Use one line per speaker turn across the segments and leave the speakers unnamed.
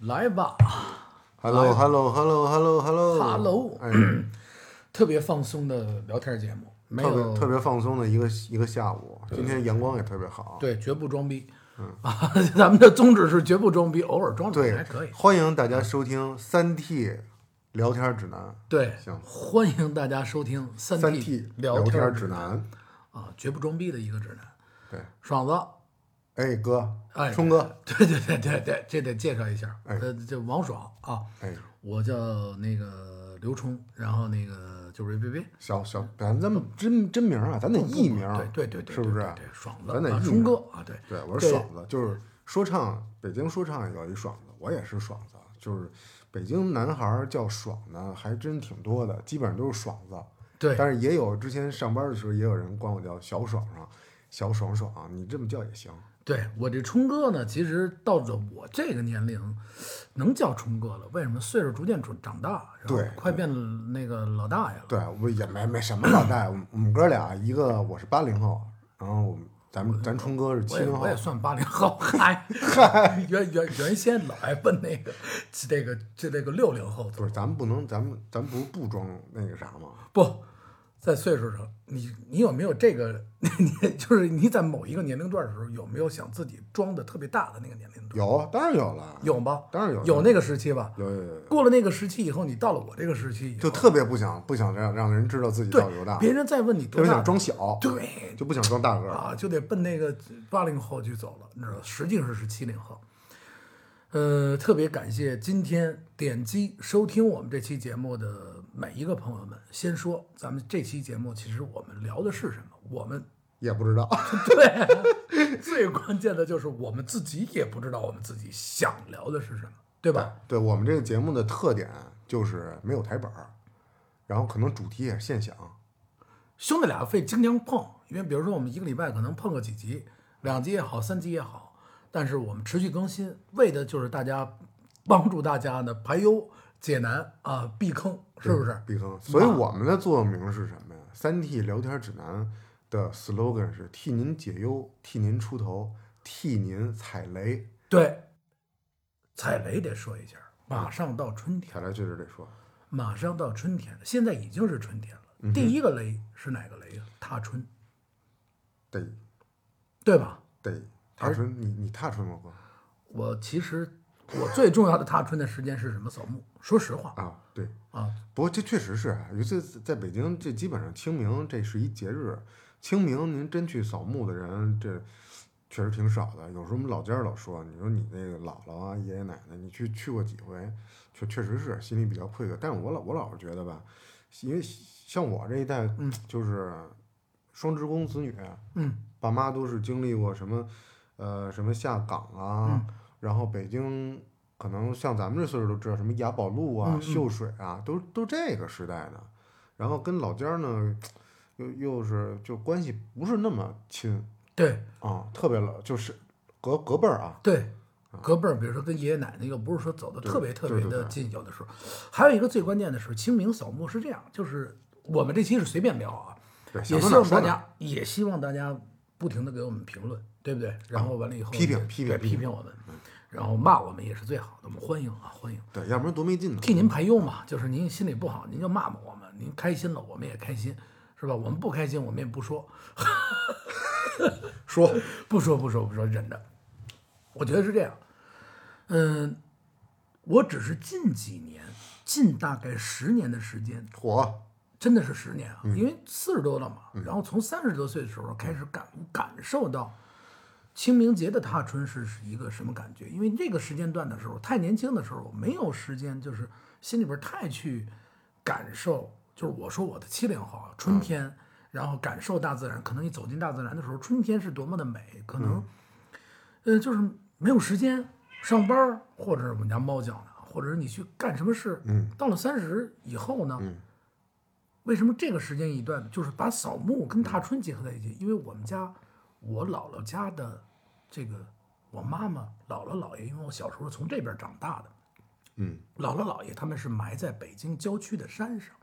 来吧
Hello Hello Hello Hello Hello
，Hello，
哎，
特别放松的聊天节目，没
特别
有
特别放松的一个一个下午，今天阳光也特别好。
对，绝不装逼。啊， 咱们的宗旨是绝不装逼，偶尔装装
嗯对，
还可以。
欢迎大家收听《三 T 聊天指南
对
行，
欢迎大家收听三》，
三
T
聊
天
天
指
指南。
啊，绝不装逼的一个指南。
对，
爽子，
哎哥，
哎，
冲哥，，
对对对对对，这得介绍一下。
哎
呃，这王爽啊，
哎，
我叫那个刘冲，然后那个就是别别别，
小小，咱咱们真真名啊，咱得艺名，
对对对对，
是不
对
是？
对对爽子，
咱得
啊
艺
冲
名
哥啊，对
对，我是
对
爽子，就是说唱，北京说唱有一爽子，我也是爽子，就是北京男孩儿叫爽呢，还真挺多的，基本上都是爽子。
对，
但是也有之前上班的时候，也有人管我叫小爽爽，小爽爽，你这么叫也行。
对我这冲哥呢，其实到了我这个年龄，能叫冲哥了。为什么？岁数逐渐长长大，然后
对
快变那个老大爷了。
对，我也没没什么老戴，我们我们哥俩一个我是八零后，然后我们咱们咱冲哥是七
我也
零后
我，也算八零后，嗨 嗨，原原原先老爱问那个这个这这个六零后
不是咱们不能，咱们咱们不是不装那个啥吗？
不，在岁数上，你你有没有这个？ 你就是你在某一个年龄段的时候，有没有想自己装的特别大的那个年龄段？
有，啊当然有了，
有吗？
当然有
有那个时期吧。
有有有有，
过了那个时期以后，你到了我这个时期以后，
就特别不想不想让让人知道自己
对
到底多大，
别人再问你
特
多
别
大
想，装小，
对
就不想装大个儿。
啊，就得奔那个八零后去走了，你知道，实际上是七零后。呃，特别感谢今天点击收听我们这期节目的每一个朋友们。先说咱们这期节目，其实我们聊的是什么？我们
也不知道，
对， 最关键的就是我们自己也不知道我们自己想聊的是什么，对吧？
对我们这个节目的特点就是没有台本儿，然后可能主题也是现想，
兄弟俩非经常碰，因为比如说我们一个礼拜可能碰个几集，两集也好，三集也好，但是我们持续更新，为的就是大家帮助大家呢排忧解难啊，避坑，是不是？
避坑。所以我们的座右铭是什么呀？三 T 聊天指南的 slogan 是替您解忧，替您出头，替您踩雷。
对，踩雷得说一下，马上到春天，
踩雷确实得说，
马上到春天了，现在已经是春天了。第一个雷是哪个雷呀、踏春，
得
对吧？
得踏春，你你踏春过吗？
我其实我最重要的踏春的时间是什么？扫墓。说实话
啊，对。
啊，
不过这确实是，啊尤其在在北京，这基本上清明这是一节日。清明您真去扫墓的人，这确实挺少的。有时候我们老家儿老说，你说你那个姥姥啊、爷爷奶奶，你去去过几回？确确实是心里比较愧疚。但是我老我老是觉得吧，因为像我这一代，
嗯
就是双职工子女，啊
嗯，
爸妈都是经历过什么，呃，什么下岗啊，
嗯
然后北京可能像咱们这岁数都知道什么雅宝路啊、
嗯嗯
秀水啊，都都这个时代的。然后跟老家儿呢，又又是就关系不是那么亲
对
啊，特别老，就是隔隔辈儿啊，
对，隔辈儿，比如说跟爷爷奶奶，又不是说走的特别特别
对对
的
对
近，有的时候，还有一个最关键的是清明扫墓是这样，就是我们这期是随便聊啊，
对，
也
想到
希
哪儿
望
说
大
哪儿。
家也希望大家不停的给我们评论，对不对？然后完了以后
批评
也
批
对
评嗯
批
批
评我们，然后骂我们也是最好的，我们欢迎啊欢迎，
对，要不然多没劲呢。
替您排忧嘛，就是您心里不好您就骂骂我们，您开心了我们也开心，是吧？我们不开心我们也不说，
说，
不说不说不说，忍着。我觉得是这样，嗯，我只是近几年，近大概十年的时间，
火，
真的是十年啊，因为四十多了嘛，然后从三十多岁的时候开始感感受到清明节的踏春是是一个什么感觉？因为那个时间段的时候，太年轻的时候，没有时间，就是心里边太去感受，就是我说我的七零后啊春天，然后感受大自然。可能你走进大自然的时候，春天是多么的美，可能、呃，就是没有时间上班儿，或者是我们家猫叫呢，或者是你去干什么事。嗯，到了三十以后呢，为什么这个时间一段就是把扫墓跟踏春结合在一起？因为我们家我姥姥家的这个我妈妈姥姥姥爷，因为我小时候从这边长大的，
嗯，
姥姥姥爷他们是埋在北京郊区的山上，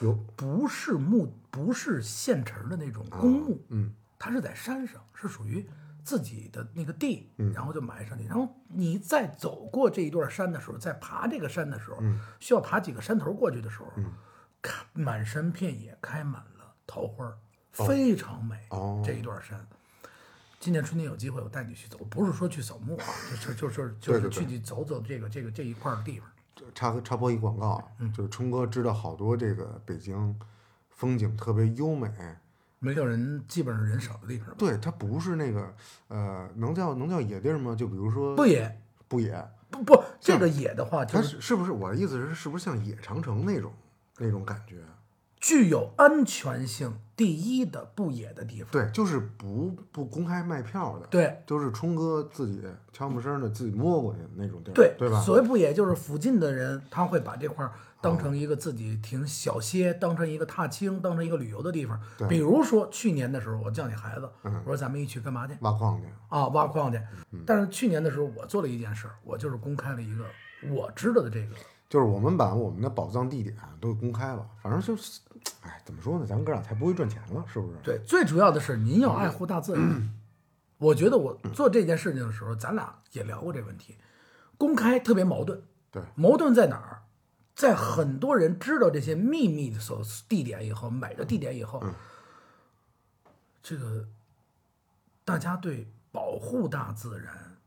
有，
不是墓，不是现成的那种公墓，
嗯，
它是在山上，是属于自己的那个地，
嗯
然后就埋上去。然后你再走过这一段山的时候，在爬这个山的时候，
嗯
需要爬几个山头过去的时候，看满山遍野开满了桃花儿，非常美。
哦
这一段山，今年春天有机会我带你去走，不是说去扫墓 啊，就是就是就
对
是
对
去去走走这个这个这一块儿的地方。
插个插播一广告，啊
嗯
就是春哥知道好多这个北京风景特别优美，
没有人，基本上人少的地方吧，
对，它不是那个呃，能叫能叫野地儿吗？就比如说
不野
不野，
不不，这个野的话就
它
是
是是不是我的意思是是不是像野长城那种那种感觉？
具有安全性第一的不野的地方。
对，就是不不公开卖票的，
对
就是冲哥自己悄没声儿的自己摸过去的那种地儿，
对
对吧？
所谓不野，就是附近的人他会把这块儿当成一个自己停小歇，当成一个踏青，当成一个旅游的地方。比如说去年的时候，我叫你孩子，
嗯
我说咱们一起干嘛去
挖矿去，
啊？挖矿去。
嗯
但是去年的时候，我做了一件事儿，我就是公开了一个我知道的这个。
就是我们把我们的宝藏地点啊都公开了，反正就是，哎，怎么说呢？咱哥俩才不会赚钱了，是不是？
对，最主要的是您要爱护大自然。我觉得我做这件事情的时候，咱俩也聊过这问题，公开特别矛盾。
对，
矛盾在哪儿？在很多人知道这些秘密的所地点以后，买的地点以后，这个大家对保护大自然、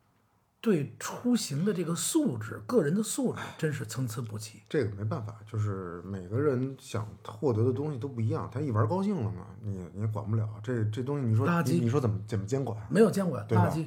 对出行的这个素质、个人的素质，真是参差不齐。
这个没办法，就是每个人想获得的东西都不一样。他一玩高兴了嘛，你你管不了这这东西，你说
垃圾
你你说怎么怎么监管？啊
没有见过
对吧
垃圾，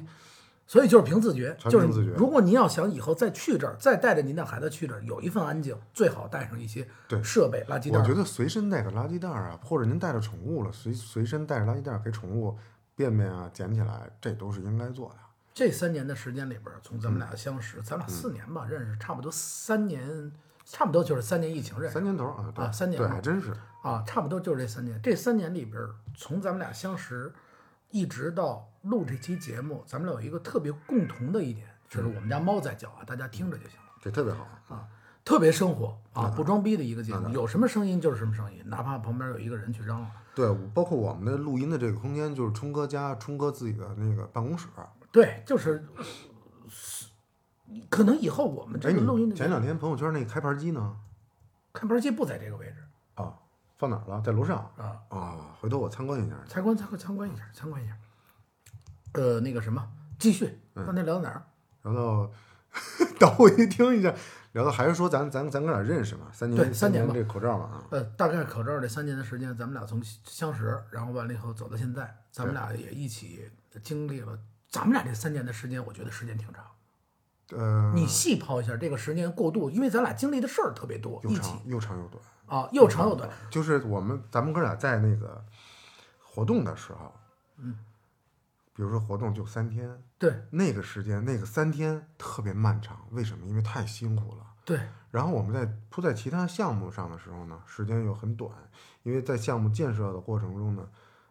所以就是凭自觉，
全凭
就是
自觉
如果您要想以后再去这儿，再带着您的孩子去这儿，有一份安静，最好带上一些
对
设备、垃圾袋
我觉
儿。
得随身带个垃圾袋儿啊，或者您带着宠物了，随随身带着垃圾袋儿给宠物便便啊捡起来，这都是应该做的。
这三年的时间里边儿，从咱们
嗯
俩相识，咱俩四年吧，认识差不多三年，差不多就是三年疫情认识
三年头啊，对
啊三年
对，
头
还真是
啊，差不多就是这三年。这三年里边儿，从咱们俩相识，一直到录这期节目，咱们俩有一个特别共同的一点，就是
嗯
我们家猫在叫啊，大家听着就行了。
这特别好。
啊，特别生活啊，
嗯
不装逼的一个节目，有什么声音就是什么声音，哪怕旁边有一个人去嚷嚷。
对，我包括我们的录音的这个空间，就是冲哥家、冲哥自己的那个办公室。
对，就是可能以后我们
哎，
这个录音
你
的
前两天朋友圈那个开盘机呢？
看盘机不在这个位置
啊，放哪儿了？在楼上
啊，
啊，回头我参观一下。
参观参观参观一下，参观一下。呃，那个什么，继续，
嗯
刚才聊到哪儿？
然后倒回去听一下，然后还是说咱咱咱哥俩认识嘛？三年
对三年
年
吧
这口罩嘛啊，
呃，大概口罩这三年的时间，咱们俩从相识，然后完了以后走到现在，咱们俩也一起经历了。咱们俩这三年的时间，我觉得时间挺长。
呃，
你细刨一下这个时间过渡，因为咱俩经历的事儿特别多，
又
一起
长又长又短，
啊，又长又短。
就是我们咱们哥俩在那个活动的时候，
嗯
比如说活动就三天，
对
那个时间那个三天特别漫长，为什么？因为太辛苦了。
对
然后我们在扑在其他项目上的时候呢，时间又很短，因为在项目建设的过程中呢，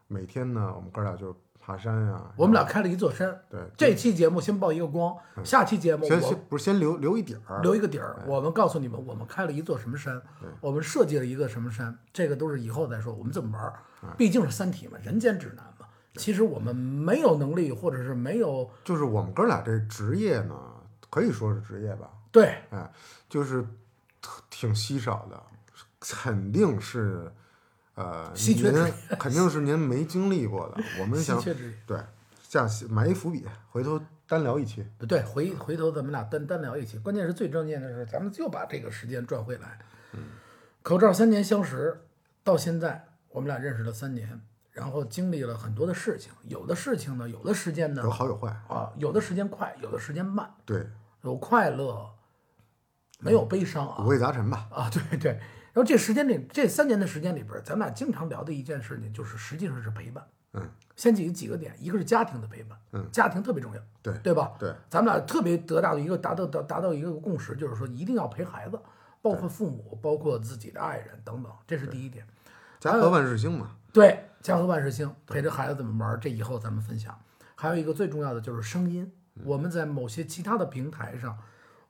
每天呢，我们哥俩就爬山呀、
我们俩开了一座山。
对，
这期节目先曝一个光，下期节目
嗯先先
我
不是先留留一点儿，哎嗯
留一个底儿。我们告诉你们，我们开了一座什么山，我们设计了一个什么山，这个都是以后再说。我们怎么玩儿？
嗯
毕竟是《三体》嘛，人间指南嘛。其实我们没有能力，或者是没有
就是我们哥俩这职业呢，可以说是职业吧，
对
哎，就是特挺稀少的，肯定是呃，
稀缺
您
职
肯定是您没经历过的。我们
稀
想
缺之一。
对下期埋一伏笔，回头单聊一期。
对，回回头咱们俩单单聊一期。关键是最关键的是，咱们就把这个时间转回来。口罩三年相识，到现在我们俩认识了三年，然后经历了很多的事情，有的事情呢，有的时间呢
有，好有坏，
啊，有的时间快，有的时间慢，
对，
有快乐，没有悲伤啊
五味杂陈吧。
啊， 对对。然后这时间里，这三年的时间里边，咱们俩经常聊的一件事情，就是实际上是陪伴。
嗯，
先举几个点，一个是家庭的陪伴，嗯，家庭特别重要，
对
对吧？
对，
咱们俩特别得到一个达到达达到一个共识，就是说一定要陪孩子，包括父母，包括自己的爱人等等，这是第一点。
家和万事兴嘛，
对，家和万事兴，陪着孩子怎么玩儿，这以后咱们分享。还有一个最重要的就是声音，
嗯
我们在某些其他的平台上，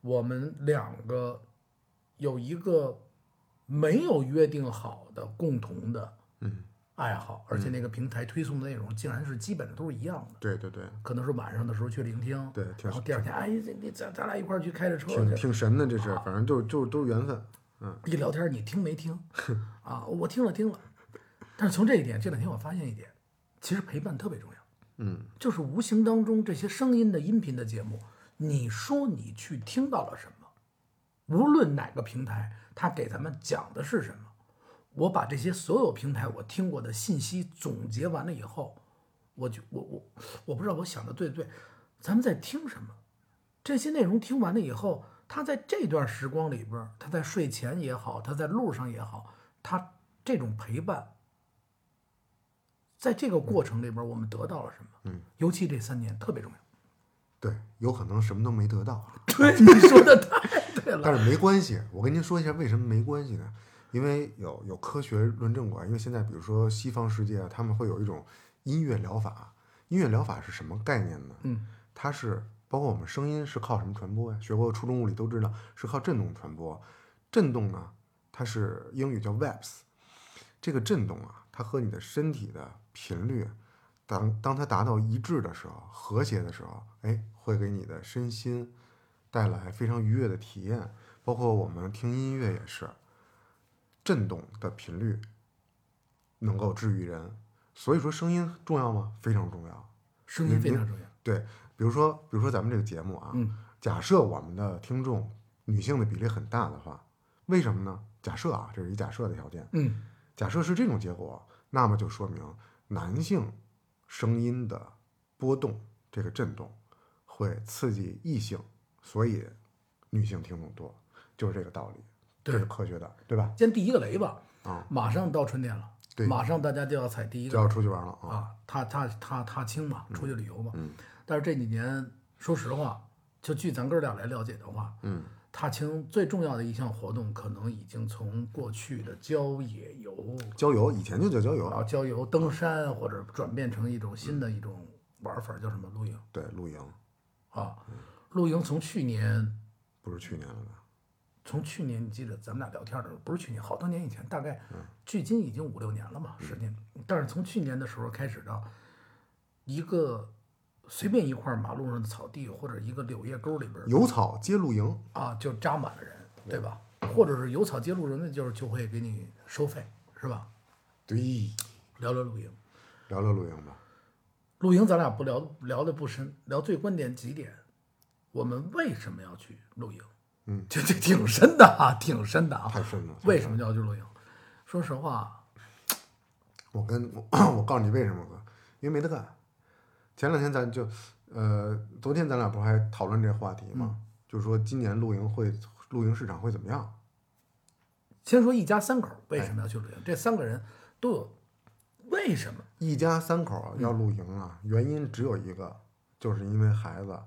我们两个有一个没有约定好的共同的
嗯
爱好，而且那个平台推送的内容竟然是基本的都是一样的。
对对对，
可能是晚上的时候去聆听，
对挺
然后第二天，哎，这你咱咱俩一块儿去开着车
挺
去，
挺神的，这是，反正就就都是缘分。
一聊天你听没听？啊，我听了听了，但是从这一点，这两天我发现一点，其实陪伴特别重要。
嗯，
就是无形当中这些声音的音频的节目，你说你去听到了什么，无论哪个平台，它给咱们讲的是什么，我把这些所有平台我听过的信息总结完了以后，我就我我我不知道我想的对不对，咱们在听什么，这些内容听完了以后，他在这段时光里边儿，他在睡前也好，他在路上也好，他这种陪伴在这个过程里边，我们得到了什么？嗯，尤其这三年特别重要。
对，有可能什么都没得到，啊
对， 你说的太对 了。
但是没关系。我跟您说一下为什么没关系呢？因为有有科学论证过啊，因为现在比如说西方世界啊，他们会有一种音乐疗法。音乐疗法是什么概念呢？
嗯，
它是包括我们声音是靠什么传播呀？学过初中物理都知道是靠振动传播。振动呢，它是英语叫 waves。这个振动啊，它和你的身体的频率，当当它达到一致的时候，和谐的时候，哎，会给你的身心带来非常愉悦的体验。包括我们听音乐也是，振动的频率能够治愈人。所以说，声音重要吗？非常重要。
声音非常重要。
对，比如说，比如说咱们这个节目啊，
嗯
假设我们的听众女性的比例很大的话，为什么呢？假设啊，这是一假设的条件，
嗯，
假设是这种结果，那么就说明男性声音的波动，这个震动会刺激异性，所以女性听众多，就是这个道理，这是
对。
科学的，对吧？
先第一个雷吧，
啊，
马上到春天了，
对
马上大家就要踩第一
就
个
要出去玩了啊，
啊，踏踏踏踏青嘛，出去旅游嘛。
嗯
但是这几年，说实话，就据咱哥俩来了解的话，
嗯，
踏青最重要的一项活动，可能已经从过去的郊野游，
郊游以前就叫郊
然后
游，
郊游、登山，或者转变成一种新的
嗯
一种玩法，叫什么露营
对，露营
啊？露营从去年
不是去年了吧？
从去年你记得咱们俩聊天的时候，不是去年，好多年以前，大概距今已经五六年了嘛，十年。
嗯
但是从去年的时候开始到一个随便一块马路上的草地或者一个柳叶沟里边儿
有草皆露营，
啊，就扎满了人，对吧？或者是有草接路人，那就是就会给你收费，是吧？
对，
聊聊露营，
聊聊露营吧。
露营咱俩不聊聊的不深，聊最关键几点，我们为什么要去露营？
嗯，
这这挺深的啊，挺深的啊，
太深了太
为什么要去露营？说实话，
我跟我 我告诉你为什么哥，因为没得干。前两天咱就，呃，昨天咱俩不还讨论这话题吗？
嗯
就是说今年露营会，露营市场会怎么样？
先说一家三口为什么要去
哎
露营，这三个人都有为什么？
一家三口儿要
嗯
露营啊，原因只有一个，就是因为孩子。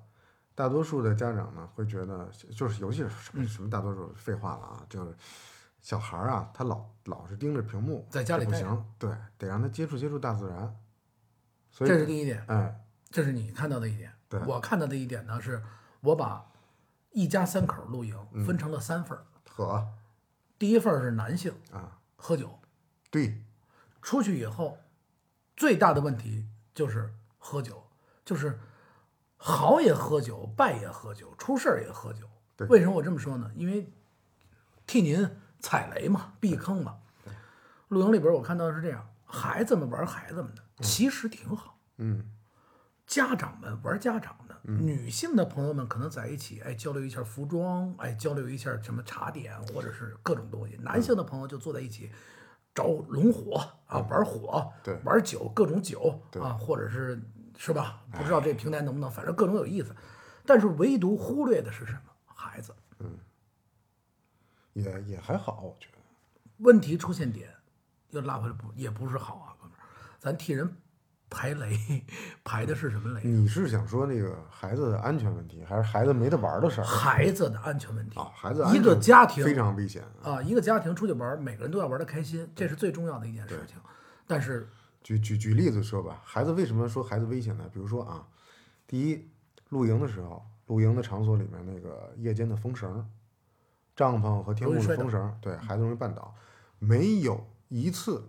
大多数的家长呢，会觉得就是，尤其是什么
嗯
什么大多数废话了啊，就是小孩儿啊，他老老是盯着屏幕，
在家里
这不
待着
行，对，得让他接触接触大自然。所以，
这是第一点，
哎，
这是你看到的一点
对。
我看到的一点呢是，我把一家三口露营
嗯
分成了三份儿，
和
第一份儿是男性
啊，
喝酒，
对，
出去以后最大的问题就是喝酒，就是好也喝酒，败也喝酒，出事儿也喝酒
对。
为什么我这么说呢？因为替您踩雷嘛，避坑嘛。露营里边我看到是这样，孩子们玩孩子们的，其实挺好。
嗯，
家长们玩家长的，女性的朋友们可能在一起，哎，交流一下服装，哎，交流一下什么茶点或者是各种东西。男性的朋友就坐在一起，找龙火啊，玩火，
嗯对
玩酒，各种酒
对哎
啊，或者是是吧？不知道这平台能不能，反正各种有意思。但是唯独忽略的是什么？孩子。
也也还好，我觉得。
问题出现点又拉回来不也不是好啊，哥们儿，咱替人排雷， 排的是什么雷？
你是想说那个孩子的安全问题，还是孩子没得玩儿 的事儿
孩子的安全问题
啊？孩子安
一
全
个家庭
非常危险，
啊，一个家庭出去玩儿，每个人都要玩的开心，这是最重要的一件事情。但是，
举举举例子说吧，孩子为什么说孩子危险呢？比如说啊，第一，露营的时候，露营的场所里面那个夜间的风绳、帐篷和天
容易
幕的
摔倒
风绳，对孩子容易绊倒。没有一次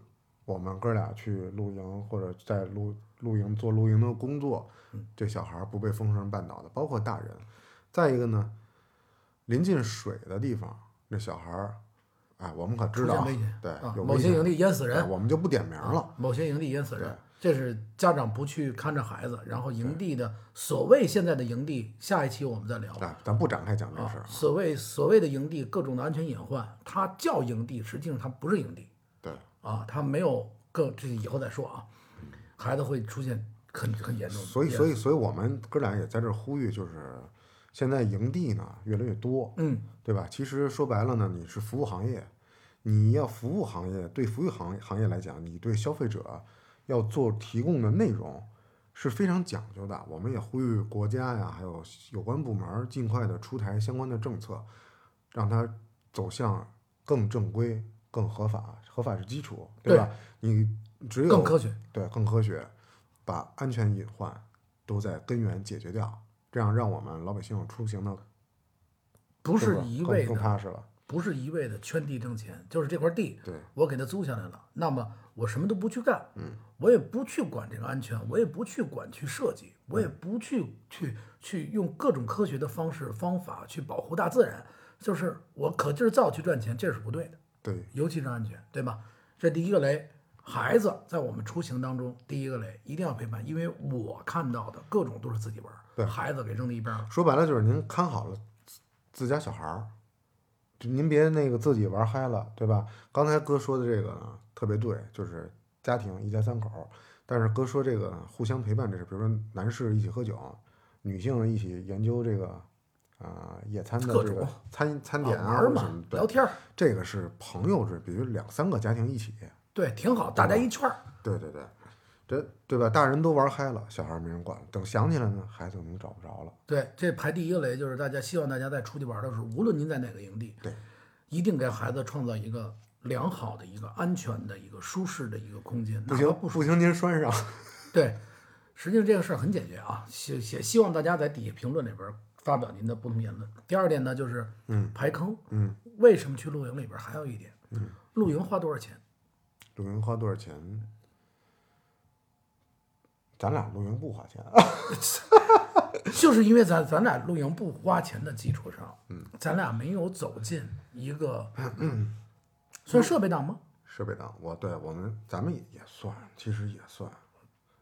我们哥俩去露营或者在露露营做露营的工作，
嗯
这小孩儿不被风声绊倒的，包括大人。再一个呢，临近水的地方，那小孩儿，哎，我们可知
出现
道
危险，，
对，
啊
有，
某
危
些
险
营地淹死
哎
人，
我们就不点名了。
某些营地淹死人
对，
这是家长不去看着孩子，然后营地的所谓现在的营地，下一期我们再聊。
啊，咱不展开讲这事
啊
儿，。
所谓所谓的营地，各种的安全隐患，它叫营地，实际上它不是营地
对，
啊，它没有更，这以后再说啊。孩子会出现很很严重的，
所以所以所以我们哥俩也在这儿呼吁，就是现在营地呢越来越多，
嗯，
对吧？其实说白了呢，你是服务行业，你要服务行业，对服务行行业来讲，你对消费者要做提供的内容是非常讲究的。我们也呼吁国家呀，还有有关部门儿尽快的出台相关的政策，让它走向更正规、更合法。合法是基础，
对
吧？你只有
更科学。
对，更科学，把安全隐患都在根源解决掉，这样让我们老百姓出行的
不
更
是
更
一味
更
的，
踏实了。
不是一味的圈地挣钱，就是这块地
对
我给它租下来了，那么我什么都不去干，嗯，我也不去管这个安全，我也不去管去设计，我也不去去去用各种科学的方式方法去保护大自然，就是我可劲儿造去赚钱，这是不对的。
对
尤其是安全，对吧？这第一个雷，孩子在我们出行当中，第一个雷一定要陪伴，因为我看到的各种都是自己玩儿，
对
孩子给扔到一边儿了，
说白了就是您看好了自自家小孩儿，就您别那个自己玩嗨了，对吧？刚才哥说的这个呢特别对，就是家庭一家三口儿，但是哥说这个互相陪伴这事，比如说男士一起喝酒，女性一起研究这个。啊、野餐的
各
这个
种
餐餐
啊
点
玩
啊，
儿
或者什
嘛
么，对
聊天儿，
这个是朋友制，比如两三个家庭一起，
对，挺好，大家一圈儿，
对对对，这对吧？大人都玩嗨了，小孩儿没人管，等想起来呢，孩子可能找不着了。
对，这排第一个雷就是大家希望大家在出去玩儿的时候，无论您在哪个营地，
对，
一定给孩子创造一个良好的一个安全的一个舒适的一个空间，
不
哪
行
怕，
不行，您拴上。
对，实际上这个事儿很简洁啊，希希希望大家在底下评论里边儿发表您的不同言论。第二点呢，就是嗯，排坑，嗯，为什么去露营里边儿？还有一点，嗯，露营花多少钱？
露营花多少钱？咱俩露营不花钱，啊
就是因为咱咱俩露营不花钱的基础上，嗯，咱俩没有走进一个算设备党吗？
设备党，我对我们咱们也也算，其实也算，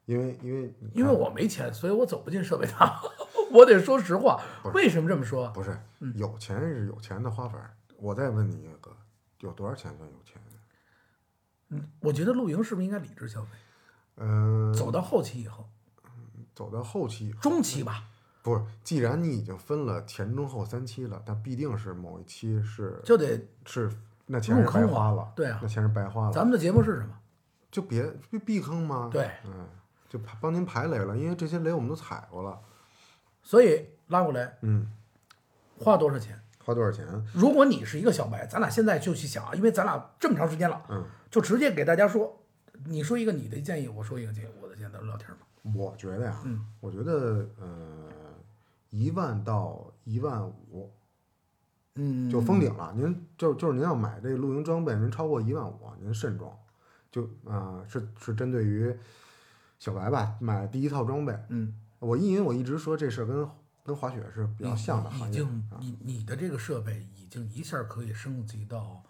因为因为你
因为我没钱，所以我走不进设备党。 我得说实话，为什么这么说？
不是有钱是有钱的花法儿。我再问你一个，有多少钱算有钱？
我觉得露营是不是应该理智消费？
嗯、
走到后期以后，
走到后期
中期吧，
不是，既然你已经分了前中后三期了，那必定是某一期是
就得
是那钱是
入坑
白
了
花了，
对啊
那钱是白花了，
咱们的节目是什么？
就别就避坑嘛，
对，
嗯，就排帮您排雷了，因为这些雷我们都踩过了，
所以拉过来
嗯，
花多少钱？
花多少钱？
如果你是一个小白，咱俩现在就去想啊，因为咱俩这么长时间了，
嗯，
就直接给大家说，你说一个你的建议，我说一个建议，我的建议，咱们聊天吧。
我觉得呀，
嗯
我觉得呃，一万到一万五
嗯，
就封顶了。您就就是您要买这个露营装备，您超过一万五，您慎重。就啊、呃是是针对于小白吧，买第一套装备。
嗯，
我因为我一直说这事儿跟跟滑雪是比
你
较像的
你嗯
行
已
业，啊
经你你的这个设备已经一下可以升级到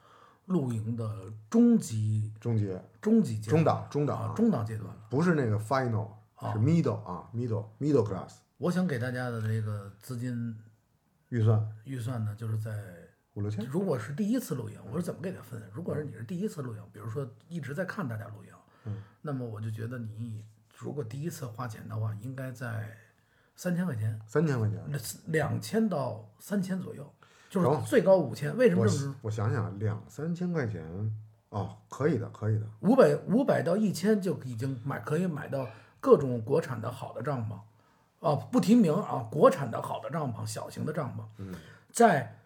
露营的中级
中级、
中级阶
中
段
档、中档
啊
啊，
中档阶段了。
不是那个 final，是 middle 啊，middle middle class
我想给大家的这个资金
预算
预算呢，就是在
五六千。
如果是第一次露营，我是怎么给他分？啊如果是你是第一次露营，比如说一直在看大家露营，嗯，那么我就觉得你如果第一次花钱的话，应该在三千块钱，
三千块钱，
两千到三千左右，就
等会儿
是最高五千。为什么
我
这么说？
我想想，两三千块钱，哦，可以的，可以的，
五百五百到一千就已经买可以买到各种国产的好的帐篷，啊，不提名啊，国产的好的帐篷，小型的帐篷，在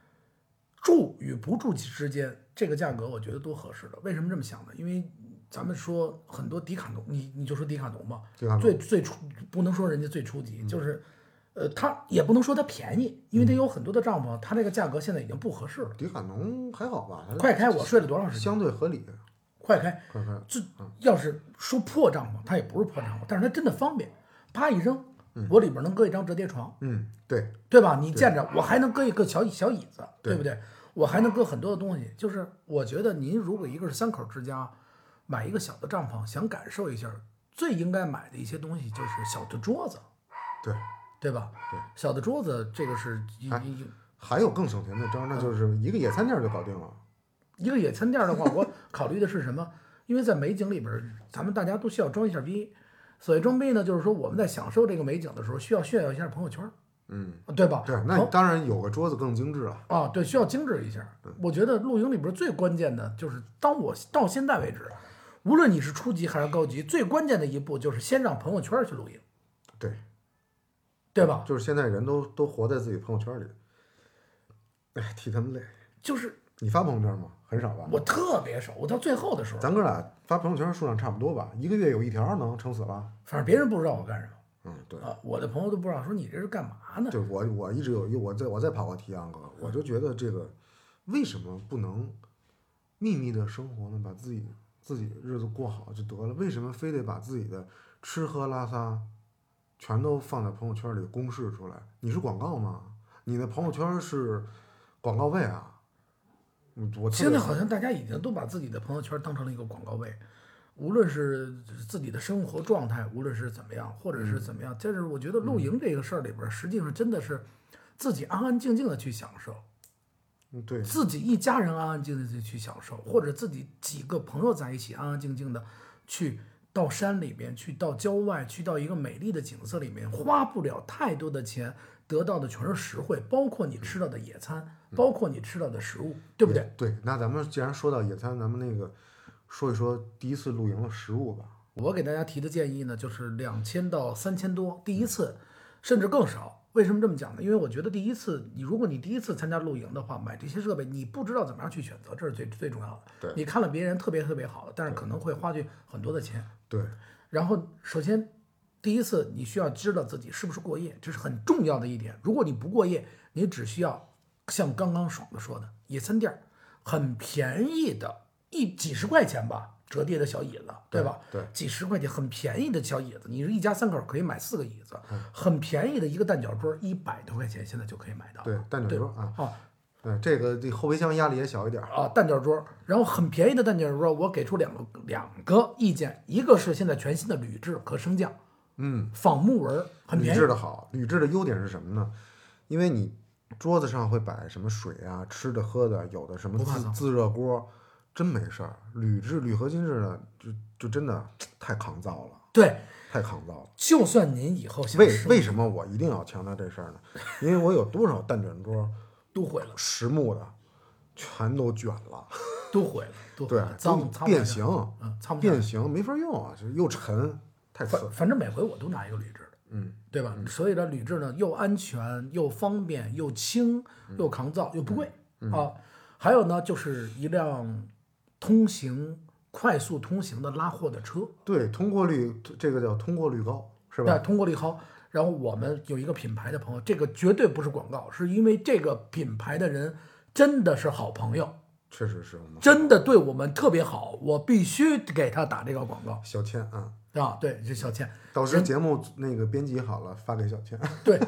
住与不住之间，这个价格我觉得多合适的。为什么这么想呢？因为咱们说很多迪卡侬，你你就说迪卡侬吧，
迪卡侬
最最初不能说人家最初级，就是。呃，它也不能说它便宜，因为它有很多的帐篷，它这个价格现在已经不合适了。
迪卡侬还好吧？它
快开，我睡了多长时间？
相对合理，
快开，
快快，
这要是说破帐篷，它也不是破帐篷，但是它真的方便，啪一扔，我里边能搁一张折叠床，
嗯，对，
对吧？你见着我还能搁一个小椅小椅子，对不对？我还能搁很多的东西。就是我觉得您如果一个是三口之家，买一个小的帐篷，想感受一下，最应该买的一些东西就是小的桌子，
对。
对吧？
对，
小的桌子这个是一
哎
一
还有更省钱的招儿，那就是一个野餐垫儿就搞定了。
一个野餐垫儿的话，我考虑的是什么？因为在美景里边儿，咱们大家都需要装一下逼。所谓装逼呢，就是说我们在享受这个美景的时候，需要炫耀一下朋友圈儿，啊
嗯，
对吧？
对，那
朋
你当然有个桌子更精致了。
啊，对，需要精致一下。我觉得露营里边最关键的就是，当我到现在为止，无论你是初级还是高级，最关键的一步就是先让朋友圈去露营，
对，
对吧？
就是现在人都都活在自己朋友圈里，哎，替他们累。
就是
你发朋友圈吗？很少吧？
我特别熟，我到最后的时候，
咱哥俩发朋友圈数量差不多吧，一个月有一条能撑死了。
反正别人不知道我干什么
嗯，对，
啊，我的朋友都不知道，说你这是干嘛呢？
对我我一直有一我在我在跑过提案哥，我就觉得这个为什么不能秘密的生活呢？把自己自己日子过好就得了，为什么非得把自己的吃喝拉撒全都放在朋友圈里公示出来？你是广告吗？你的朋友圈是广告位啊？嗯我特别
现在好像大家已经都把自己的朋友圈当成了一个广告位，无论是自己的生活状态，无论是怎么样，或者是怎么
嗯
样，但是我觉得露营这个事儿里边儿，实际上真的是自己安安静静的去享受，
嗯对
自己一家人安安静静的去享受，或者自己几个朋友在一起安安静静的去到山里边，去到郊外，去到一个美丽的景色里面，花不了太多的钱，得到的全是实惠，包括你吃到的野
嗯
餐，包括你吃到的食物，对不对？
也对，那咱们既然说到野餐，咱们那个说一说第一次露营的食物吧。
我给大家提的建议呢，就是两千到三千多，第一次，甚至更少。为什么这么讲呢？因为我觉得第一次，你如果你第一次参加露营的话，买这些设备，你不知道怎么样去选择，这是最最重要的。
对
你看了别人特别特别好的，但是可能会花去很多的钱。
对，
然后，首先，第一次你需要知道自己是不是过夜，这是很重要的一点。如果你不过夜，你只需要像刚刚爽子说的，野餐垫儿很便宜的，一几十块钱吧，折叠的小椅子，对吧？
对
几十块钱很便宜的小椅子，你是一家三口可以买四个椅子，
嗯
很便宜的一个蛋饺桌，一百多块钱现在就可以买到。
对，蛋饺
对
桌啊，
啊，
对，这个这后备箱压力也小一点儿。
啊蛋饺桌，然后很便宜的蛋饺桌，我给出两个两个意见，一个是现在全新的铝制可升降，
嗯，
仿木纹儿，很
铝
便宜
制。的好，铝制的优点是什么呢？因为你桌子上会摆什么水啊、吃的、喝的，有的什么
不怕
自
脏
自热锅，真没事儿。铝制、铝合金制的，就就真的太抗造了，
对，
太抗造了。
就算您以后想
为
生
为什么我一定要强调这事儿呢？因为我有多少蛋卷桌，
都毁了，
实木的，全都卷了，
都毁了，都毁
对
了，，
都
脏，
变形，
嗯，苍不下
变
来。
形没法用啊，就是又沉，太次
反
了。
反正每回我都拿一个铝制的，
嗯，
对吧？所以呢，铝制呢又安全又方便又轻
嗯
又抗造又不贵、啊。还有呢，就是一辆通行快速通行的拉货的车，
对，通过率这个叫通过率高，是吧？
对，通过力豪。然后我们有一个品牌的朋友，这个绝对不是广告，是因为这个品牌的人真的是好朋友，
确实是我们
真的对我们特别好，我必须给他打这个广告
小倩啊，
啊！对，这小倩，
到时候节目那个编辑好了发给小倩。
对，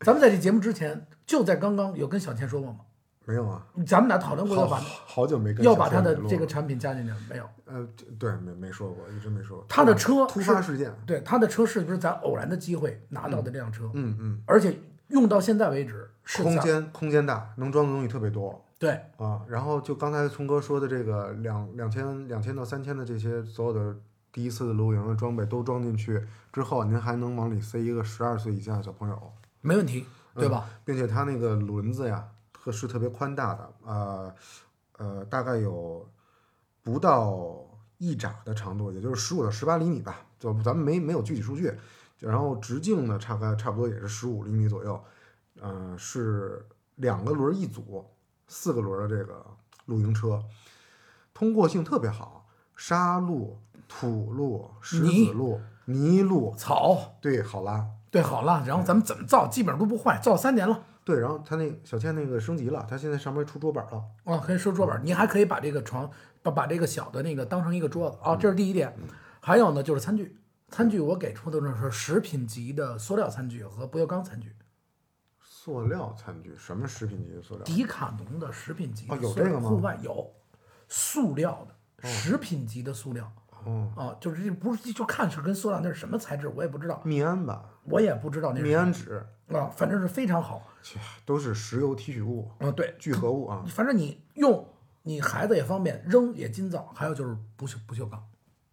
咱们在这节目之前，就在刚刚有跟小倩说过吗？
没有啊，
咱们俩讨论过要
好
把
好久没跟
要
小
把
倩
他的
联络
这个
了
产品加进去没有？
呃，这对，没没说过，一直没说过。
他的
突
车
发突
是
发事件，
对他的车是不是咱偶然的机会拿到的这辆车？
嗯嗯，
而且用到现在为止是
空
咱
间空间大，能装的东西特别多。
对
啊，然后就刚才聪哥说的这个两两千两千到三千的这些所有的第一次的露营的装备都装进去之后，您还能往里塞一个十二岁以下的小朋友，
没问题，对吧？
并且它那个轮子呀，特是特别宽大的，呃呃，大概有不到一拃的长度，也就是十五到十八厘米吧，就咱们没没有具体数据。然后直径呢，大概差不多也是十五厘米左右，呃，是两个轮儿一组，四个轮儿的这个露营车，通过性特别好，沙路、土路、石
泥
子路、泥路，
草
对，好拉，
对好了，然后咱们怎么造，基本上都不坏，造三年了。
对，然后他那小倩那个升级了，他现在上面出桌板了。
哦，可以收桌板儿，你还可以把这个床把把这个小的那个当成一个桌子啊、这是第一点。还有呢，就是餐具，餐具我给出的呢是食品级的塑料餐具和不锈钢餐具，
塑料餐具，什么食品级的塑料？
迪卡侬的食品级的
哦有
塑料
这个吗
户外有塑料的食品级的塑料
哦，
啊，就是这不是就看是跟塑料那是什么材质，我也不知道，
密胺吧，
我也不知道那是
密
什
胺酯，
么啊，反正是非常好
切都是石油提取物、
啊，对，
聚合物啊。
反正你用你孩子也方便，扔也筋造，还有就是不锈不锈钢。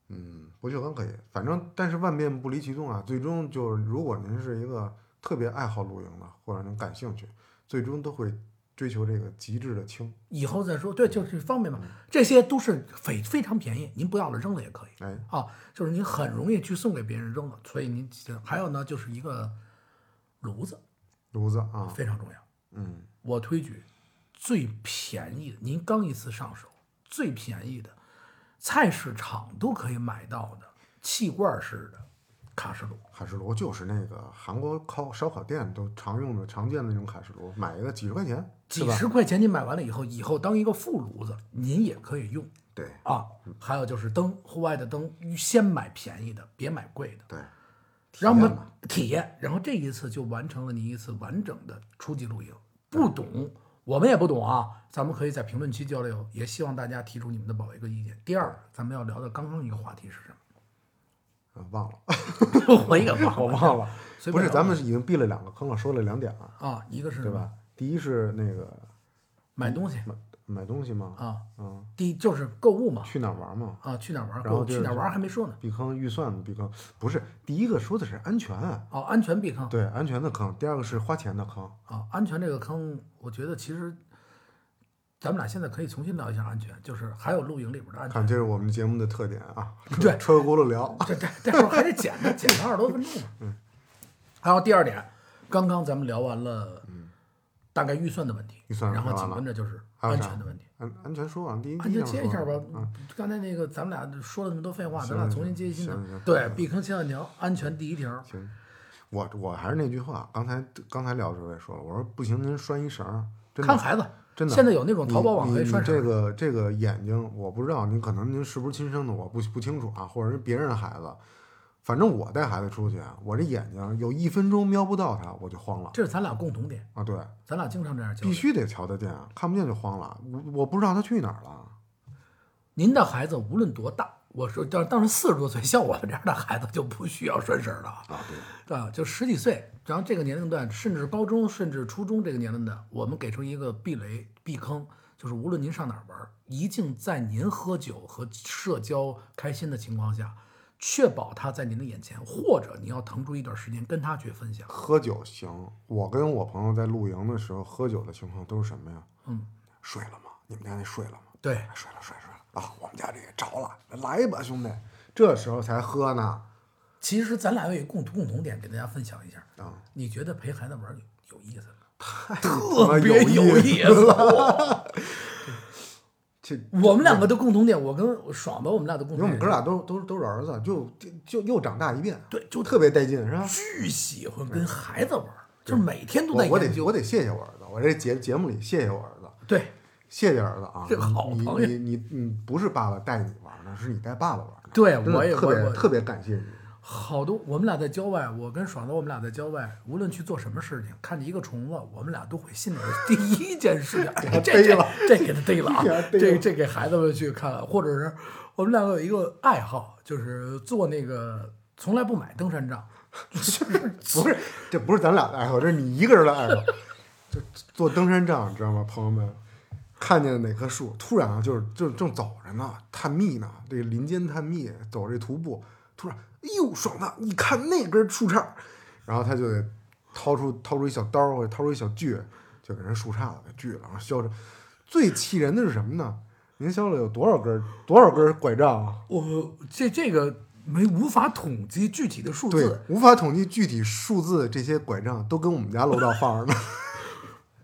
嗯，不锈钢可以，反正但是万变不离其宗啊。最终就是，如果您是一个特别爱好露营的，或者您感兴趣，最终都会追求这个极致的轻。
以后再说，对，就是方便嘛，这些都是非非常便宜，您不要了扔了也可以
哎，
啊，就是您很容易去送给别人扔了，所以您记得还有呢，就是一个炉子
炉子啊，
非常重要，
嗯，
我推举最便宜的，您刚一次上手最便宜的，菜市场都可以买到的气罐式的卡式炉，
卡式炉就是那个韩国烤烧烤店都常用的、常见的那种卡式炉，买一个几十块钱，是
几
吧？
十块钱您买完了以后，以后当一个副炉子您也可以用，
对
啊，
嗯
还有就是灯，户外的灯，先买便宜的，别买贵的。
对，
然后我
体验
们体验，然后这一次就完成了你一次完整的初级露营。不懂，我们也不懂啊，咱们可以在评论区交流，也希望大家提出你们的宝贵意见。第二，咱们要聊的刚刚一个话题是什
啊忘 了，
么？我也忘
我
了
忘了，
随便
不是，
聊
咱们已经避了两个坑了，说了两点了，
啊，一个是
对吧？嗯第一是那个
买东西
买买东西嘛，
啊，
嗯，
第一就是购物嘛
去哪儿玩嘛，
啊，去哪儿玩？
然后就
去
是
哪儿玩还没说呢。
避坑预算避坑，不是第一个说的是安全，
哦，安全避坑。
对安全的坑，第二个是花钱的坑，
啊，安全这个坑，我觉得其实咱们俩现在可以重新聊一下安全，就是还有露营里边的安全。
看这是我们节目的特点啊，
对
车轱辘聊，
这这待会儿还得剪呢，剪了二十多分钟呢。嗯。还有第二点，刚刚咱们聊完了，大概预算的问题，
嗯预算
然后
聊完
紧
了
跟着就是
还有
安
啥
全的问题。
安安全说完，第一
安全接一下
说
吧
完啊，，
刚才那个咱们俩说了那么多废话，咱
行
俩
行
重新接一新
行行
的。对，避坑千万条，安全第一条。
行，我我还是那句话，刚才刚才聊的时候也说了，我说不行，您拴一绳儿，真
看
的。
孩子，
真的
现在有那种淘宝网
你
可以
你
拴
你
绳
这
儿。
个这个眼睛，我不知道，您可能您是不是亲生的，我不不清楚啊，或者是别人的孩子。反正我带孩子出去，啊我这眼睛有一分钟瞄不到他，我就慌了
这是咱俩共同点，
啊！对，
咱俩经常这样交
必
流。
须得瞧得见，啊看不见就慌了。我我不知道他去哪儿了。
您的孩子无论多大，我说当当时四十多岁，像我们这样的孩子就不需要拴绳了啊，对吧？就十几岁，然后这个年龄段，甚至高中，甚至初中这个年龄段，我们给出一个避雷避坑，就是无论您上哪儿玩，一定在您喝酒和社交开心的情况下。确保他在您的眼前，或者你要腾出一段时间跟他去分享。
喝酒行，我跟我朋友在露营的时候喝酒的情况都是什么呀？
嗯，
睡了吗？你们家那睡了吗？哎
对，
睡了睡了睡了啊！我们家这个着了，来吧兄弟，这时候才喝呢。
其实咱俩有一个共共同点，给大家分享一下。
啊，
你觉得陪孩子玩儿有有意思吗？
妈
特
有
别
意
有
思
意思。哇
这
我们两个的共同点，我跟爽吧，我们俩的共
因为
同
我们哥
点，
俩都都都是儿子，就就就又长大一遍，
对，就特
特别带劲，是吧？
巨喜欢跟孩子玩儿，就是每天都
我
在
我
研
得
究。
我得谢谢我儿子，我这节节目里谢谢我儿子，
对，
谢谢儿子啊！
这个好
你
朋友
你你你不是爸爸带你玩儿的，是你带爸爸玩儿的。
对
真的
我也
特
我
别
我
特别感谢你。
好多我们俩在郊外，我跟爽子我们俩在郊外，无论去做什么事情，看见一个虫子，我们俩都会心里边 第一件事情，哎，这
逮
这
了
这给他逮了啊
给他，逮了
这这给孩子们去看了，或者是我们两个有一个爱好，就是做那个从来不买登山杖， 就是
不是，这不是咱俩的爱好，这是你一个人的爱好。就做登山杖，知道吗，朋友们？看见哪棵树，突然啊，就是就正走着呢，探秘呢，这个林间探秘，走这徒步，突然，哎呦，爽子，你看那根树杈儿，然后他就得掏出掏出一小刀或者掏出一小锯，就给人树杈子给锯了，然后削着。最气人的是什么呢？您削了有多少根儿多少根儿拐杖啊？
我这这个没无法统计具体的数
对
字，，
无法统计具体数字，这些拐杖都跟我们家楼道放着呢。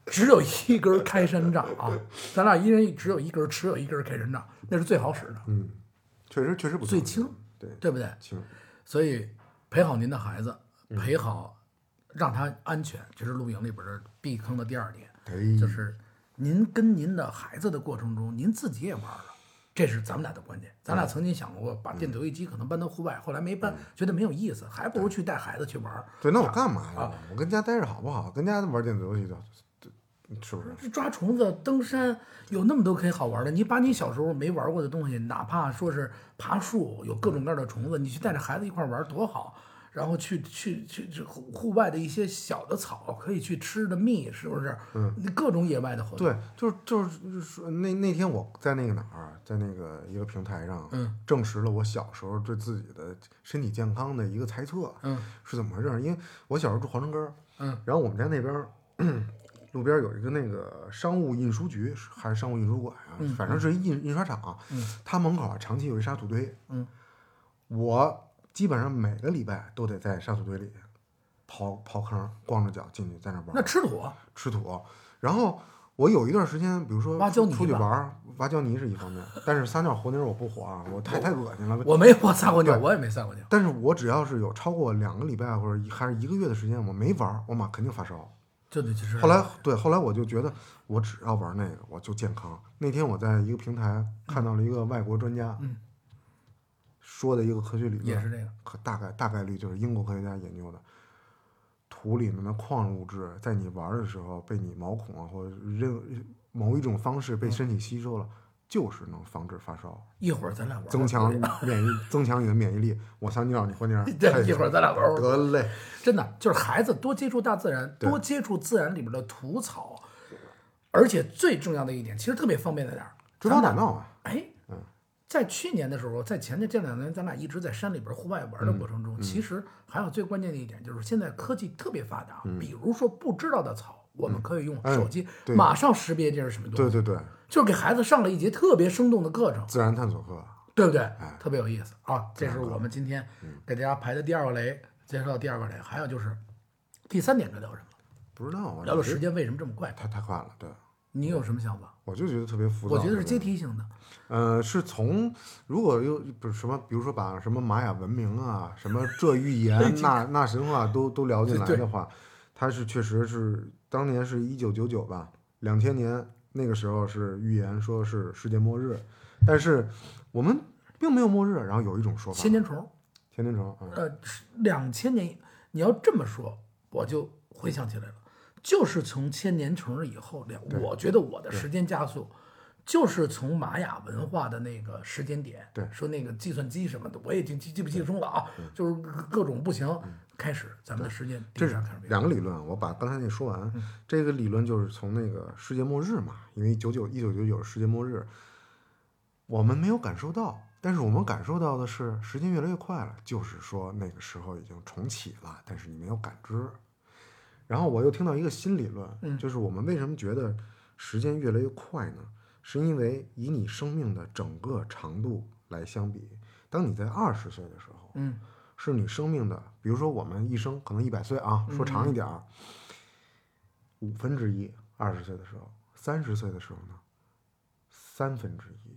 只有一根开山杖啊，咱俩一人只有一根，持有一根开山杖，那是最好使的，
嗯，确实确实不错
最轻，
对
对不对？
轻，
所以陪好您的孩子，陪好让它安全，这是露营里边的避坑的第二点，
哎，
就是您跟您的孩子的过程中，您自己也玩了。这是咱们俩的观点。咱俩曾经想过把电子游戏机可能搬到户外，后来没搬，觉得没有意思，还不如去带孩子去玩儿。
对，那我干嘛呀？我跟家待着好不好？跟家玩电子游戏就，这是不是？
抓虫子、登山，有那么多可以好玩的。你把你小时候没玩过的东西，哪怕说是爬树，有各种各样的虫子，你去带着孩子一块玩多好。然后去去去去户户外的一些小的草可以去吃的蜜，是不是？嗯，各种野外的活动。
对，就是就是就是说那那天我在那个哪儿，在那个一个平台上，
嗯，
证实了我小时候对自己的身体健康的一个猜测，
嗯，
是怎么回事儿？因为我小时候住皇城根儿，
嗯，
然后我们家那边儿路边儿有一个那个商务印书局还是商务印书馆啊，反正是一印印刷厂，
嗯，
它门口啊长期有一沙土堆，
嗯，
我基本上每个礼拜都得在沙土堆里刨刨坑，光着脚进去在那玩儿。
那吃土，
吃土。然后我有一段时间，比如说
挖胶泥
出去
吧
玩儿，挖胶泥是一方面，但是撒尿和泥儿我不火啊，我太太恶心了。
我没我撒过尿，
对
我也没撒过尿。
但是我只要是有超过两个礼拜或者一还是一个月的时间，我没玩儿，我妈肯定发烧。
就得去吃。
后来对，后来我就觉得我只要玩那个我就健康。那天我在一个平台看到了一个外国专家，
嗯
说的一个科学理论，
也是这个，
可大概大概率就是英国科学家研究的，土里面的矿物质在你玩儿的时候被你毛孔啊或者任某一种方式被身体吸收了，就是能防止发烧，
一会儿咱俩玩儿。，
增强免疫，增强你的免疫力。我撒尿，你和尿
哎 对，一会儿咱俩玩儿。
得嘞，
真的就是孩子多接触大自然，
对
多接触自然里边的土草，而且最重要的一点，其实特别方便在哪儿？
追跑打闹啊，
哎，在去年的时候，在前年这两年，咱俩一直在山里边户外玩的
嗯
过程中，其实还有最关键的一点就是，现在科技特别发达，比如说不知道的草，我们可以用手机
嗯哎对
马上识别这是什么东西，
对对对，
就是给孩子上了一节特别生动的课程。
自然探索课，
对不对？
哎
特别有意思啊！这是我们今天给大家排的第二个雷，介绍第二个雷，还有就是第三点该聊什么？
不知道啊，
聊聊时间为什么这么快？
太太快了，对。
你有什么想法？
我就觉得特别浮躁，
我觉得是
对
阶梯性的，
呃，是从如果又不是什么，比如说把什么玛雅文明啊、什么这预 言、那那神话都都聊进来
对
的话，它是确实是当年是一九九九吧，两千年那个时候是预言说是世界末日，但是我们并没有末日。然后有一种说法，
千年虫，
千年虫啊，
呃，两千年，你要这么说，我就回想起来了，就是从千年虫以后，两，我觉得我的时间加速。就是从玛雅文化的那个时间点，
对
说那个计算机什么的，我也记记记不清楚了啊，就是各种不行，开始咱们的时间
嗯这
定
是
上开始变嗯
两个理论，我把刚才那说完。这个理论就是从那个世界末日嘛，因为九九一九九九世界末日，我们没有感受到，但是我们感受到的是时间越来越快了，就是说那个时候已经重启了，但是你没有感知。然后我又听到一个新理论，
嗯
就是我们为什么觉得时间越来越快呢？是因为以你生命的整个长度来相比，当你在二十岁的时候，
嗯，
是你生命的，比如说我们一生可能一百岁啊，说长一点儿，五分之一。二十岁的时候，三十岁的时候呢，三分之一；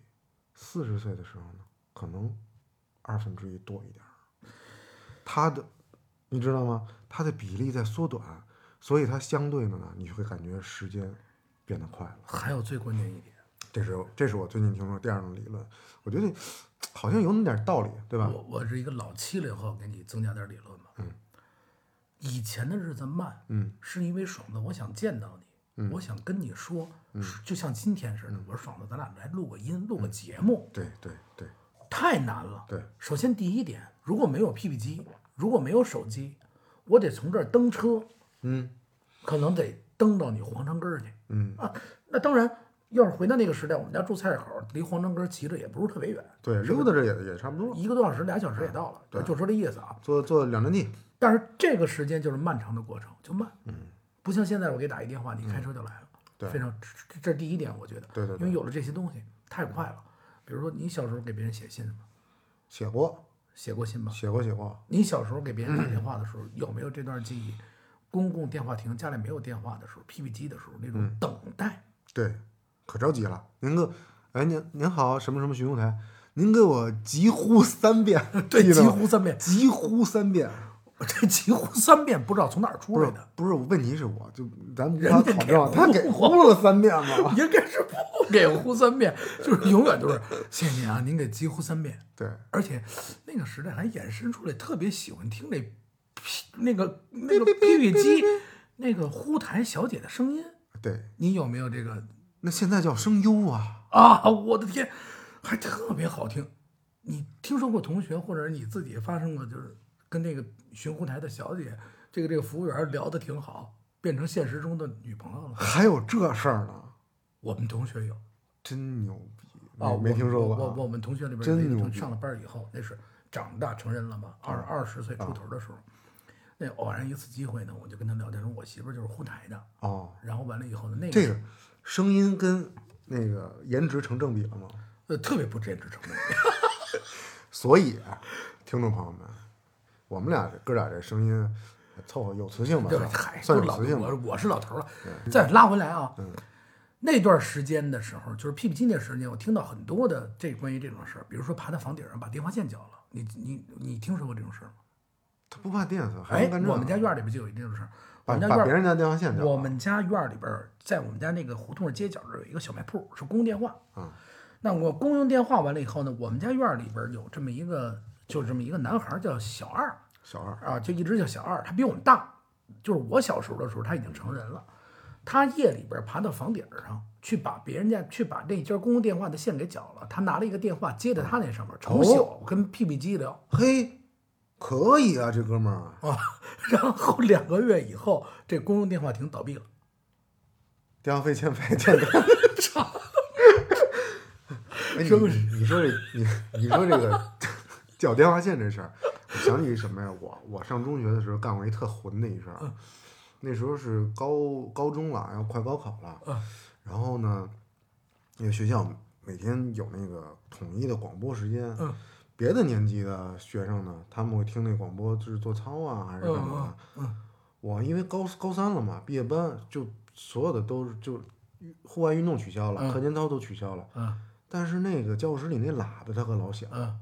四十岁的时候呢，可能二分之一多一点儿。它的，你知道吗？它的比例在缩短，所以它相对的呢，你会感觉时间变得快了。
还有最关键一点，
这是这是我最近听说第二种理论，我觉得好像有那么点儿道理，对吧？
我我是一个老七零后，给你增加点理论吧。嗯，以前的日子慢，
嗯，
是因为爽子，我想见到你，我想跟你说，
嗯
是就像今天似的，我说爽子，咱俩来录个音，录个节目，
对对对
太难了。
嗯对，
首先第一点，如果没有 PP 机，如果没有手机，我得从这儿蹬车，
嗯
可能得蹬到你皇城根儿去
嗯，
啊。那当然，要是回到那个时代，我们家住菜市口，离皇城根儿骑着也不是特别远，
对，溜达着也也差不多。
一个多小时、俩小时也到了，
嗯
就说这意思啊。
坐坐两站地，
但是这个时间就是漫长的过程，就慢。嗯，不像现在我给你打一电话，你开车就来了。
嗯对
非常这这是第一点，我觉得。
对对
因
对
为有了这些东西，太快了。比如说，你小时候给别人写信吗？
写过，
写过信吗？
写过，写过。
你小时候给别人打电话的时候，有没有这段记忆？公共电话亭家里没有电话的时候，PP 机的时候，那
嗯
种等待，
对，可着急了。您给，哎，您您好，什么什么询问台，您给我急呼三遍
，对，
记
几
得吗
乎三遍。
急呼三遍。
这几乎三遍不知道从哪儿出
不
来
是
的，
不是，问题是我就咱无
人
法
家
考
给
证，他
糊
给
了
糊了三遍 嘛。
应该是不给呼三遍，就是永远都是谢谢您啊，您给几乎三遍。
对，
而且那个时代还衍生出来特别喜欢听那屁那个那个屁屁机那个呼台小姐的声音，
对，
你有没有这个
那现在叫声优啊，
啊？我的天，还特别好听。你听说过同学或者你自己发生过，就是跟那个巡呼台的小姐，这个这个服务员聊得挺好，变成现实中的女朋友了？
还有这事儿呢，
我们同学有
真牛逼！
啊，
没没
我
听说过啊。
我我我们同学里边
真
有一
牛
个
逼啊
上了班儿以后，那是长大成人了嘛，二二十岁出头的时候，那偶然一次机会呢，我就跟他聊天，说我媳妇儿就是沪台的，
哦，
然后完了以后呢，那
这
个
个声音跟那个颜值成正比了吗？
呃特别不坚持承认，
所以，听众朋友们，我们俩这哥俩这声音凑合有磁性吧，
对吧？
算
嗨，
算
都
有
老
磁性嗯吧
我。我是老头儿了。再拉回来啊，那段时间的时候，就是 P P 机那时间，我听到很多的这关于这种事儿，比如说爬到房顶上把电话线绞了，你你你听说过这种事儿吗？
他不怕电死，还
哎
能，干这？啊
我们家院儿里边就有这种事儿，我
把
们家院
把
儿
别人家电话线掉了。
我们家院儿里边儿，在我们家那个胡同儿街角儿有一个小卖铺，是公用电话。
嗯，
那我公用电话完了以后呢，我们家院儿里边儿有这么一个，就这么一个男孩儿叫小二
小二
啊，就一直叫小二，他比我们大，就是我小时候的时候他已经成人了。他夜里边儿爬到房顶儿上去把别人家去把那家公用电话的线给绞了，他拿了一个电话接在他那上面，从小跟 P P 机聊。
嘿，可以啊，这哥们儿
啊，然后两个月以后，这公用电话亭倒闭了。
电话费欠费欠的。哎，你你说这你你说这个 绞电话线这事儿，我想起一什么呀？我我上中学的时候干过一特混的一事儿，
嗯
那时候是高高中了，要快高考了
嗯，
然后呢，那个学校每天有那个统一的广播时间
嗯，
别的年级的学生呢，他们会听那广播，就是做操啊还是干嘛的。
嗯嗯嗯
我因为高高三了嘛，毕业班就所有的都是就户外运动取消了，
嗯
课间操都取消了，
嗯
但是那个教室里那喇叭它可老响。
嗯，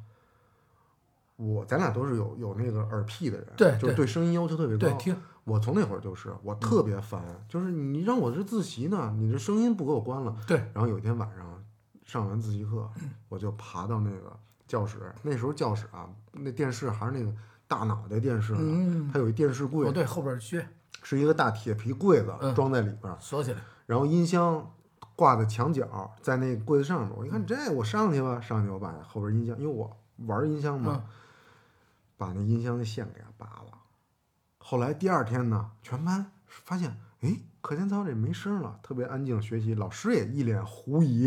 我咱俩都是有有那个耳屁的人，
对
就是
对
对声音要求特别
对，
高。
听。嗯
我从那会儿就是，我特别烦，就是你让我这自习呢，你这声音不给我关了。
对，嗯
然后有一天晚上上完自习课，我就爬到那个教室，那时候教室啊，那电视还是那个大脑袋电视呢，
嗯
它有一电视柜
哦，，对，后边儿靴
是一个大铁皮柜子
嗯
装在里边儿，
锁起来。
然后音箱挂在墙角，在那柜子上面。我一看这，我上去吧，上去我把后边音箱，因为我玩音箱嘛，
嗯
把那音箱的线给它拔了。后来第二天呢，全班发现，哎，课间操这没声了，特别安静学习，老师也一脸狐疑。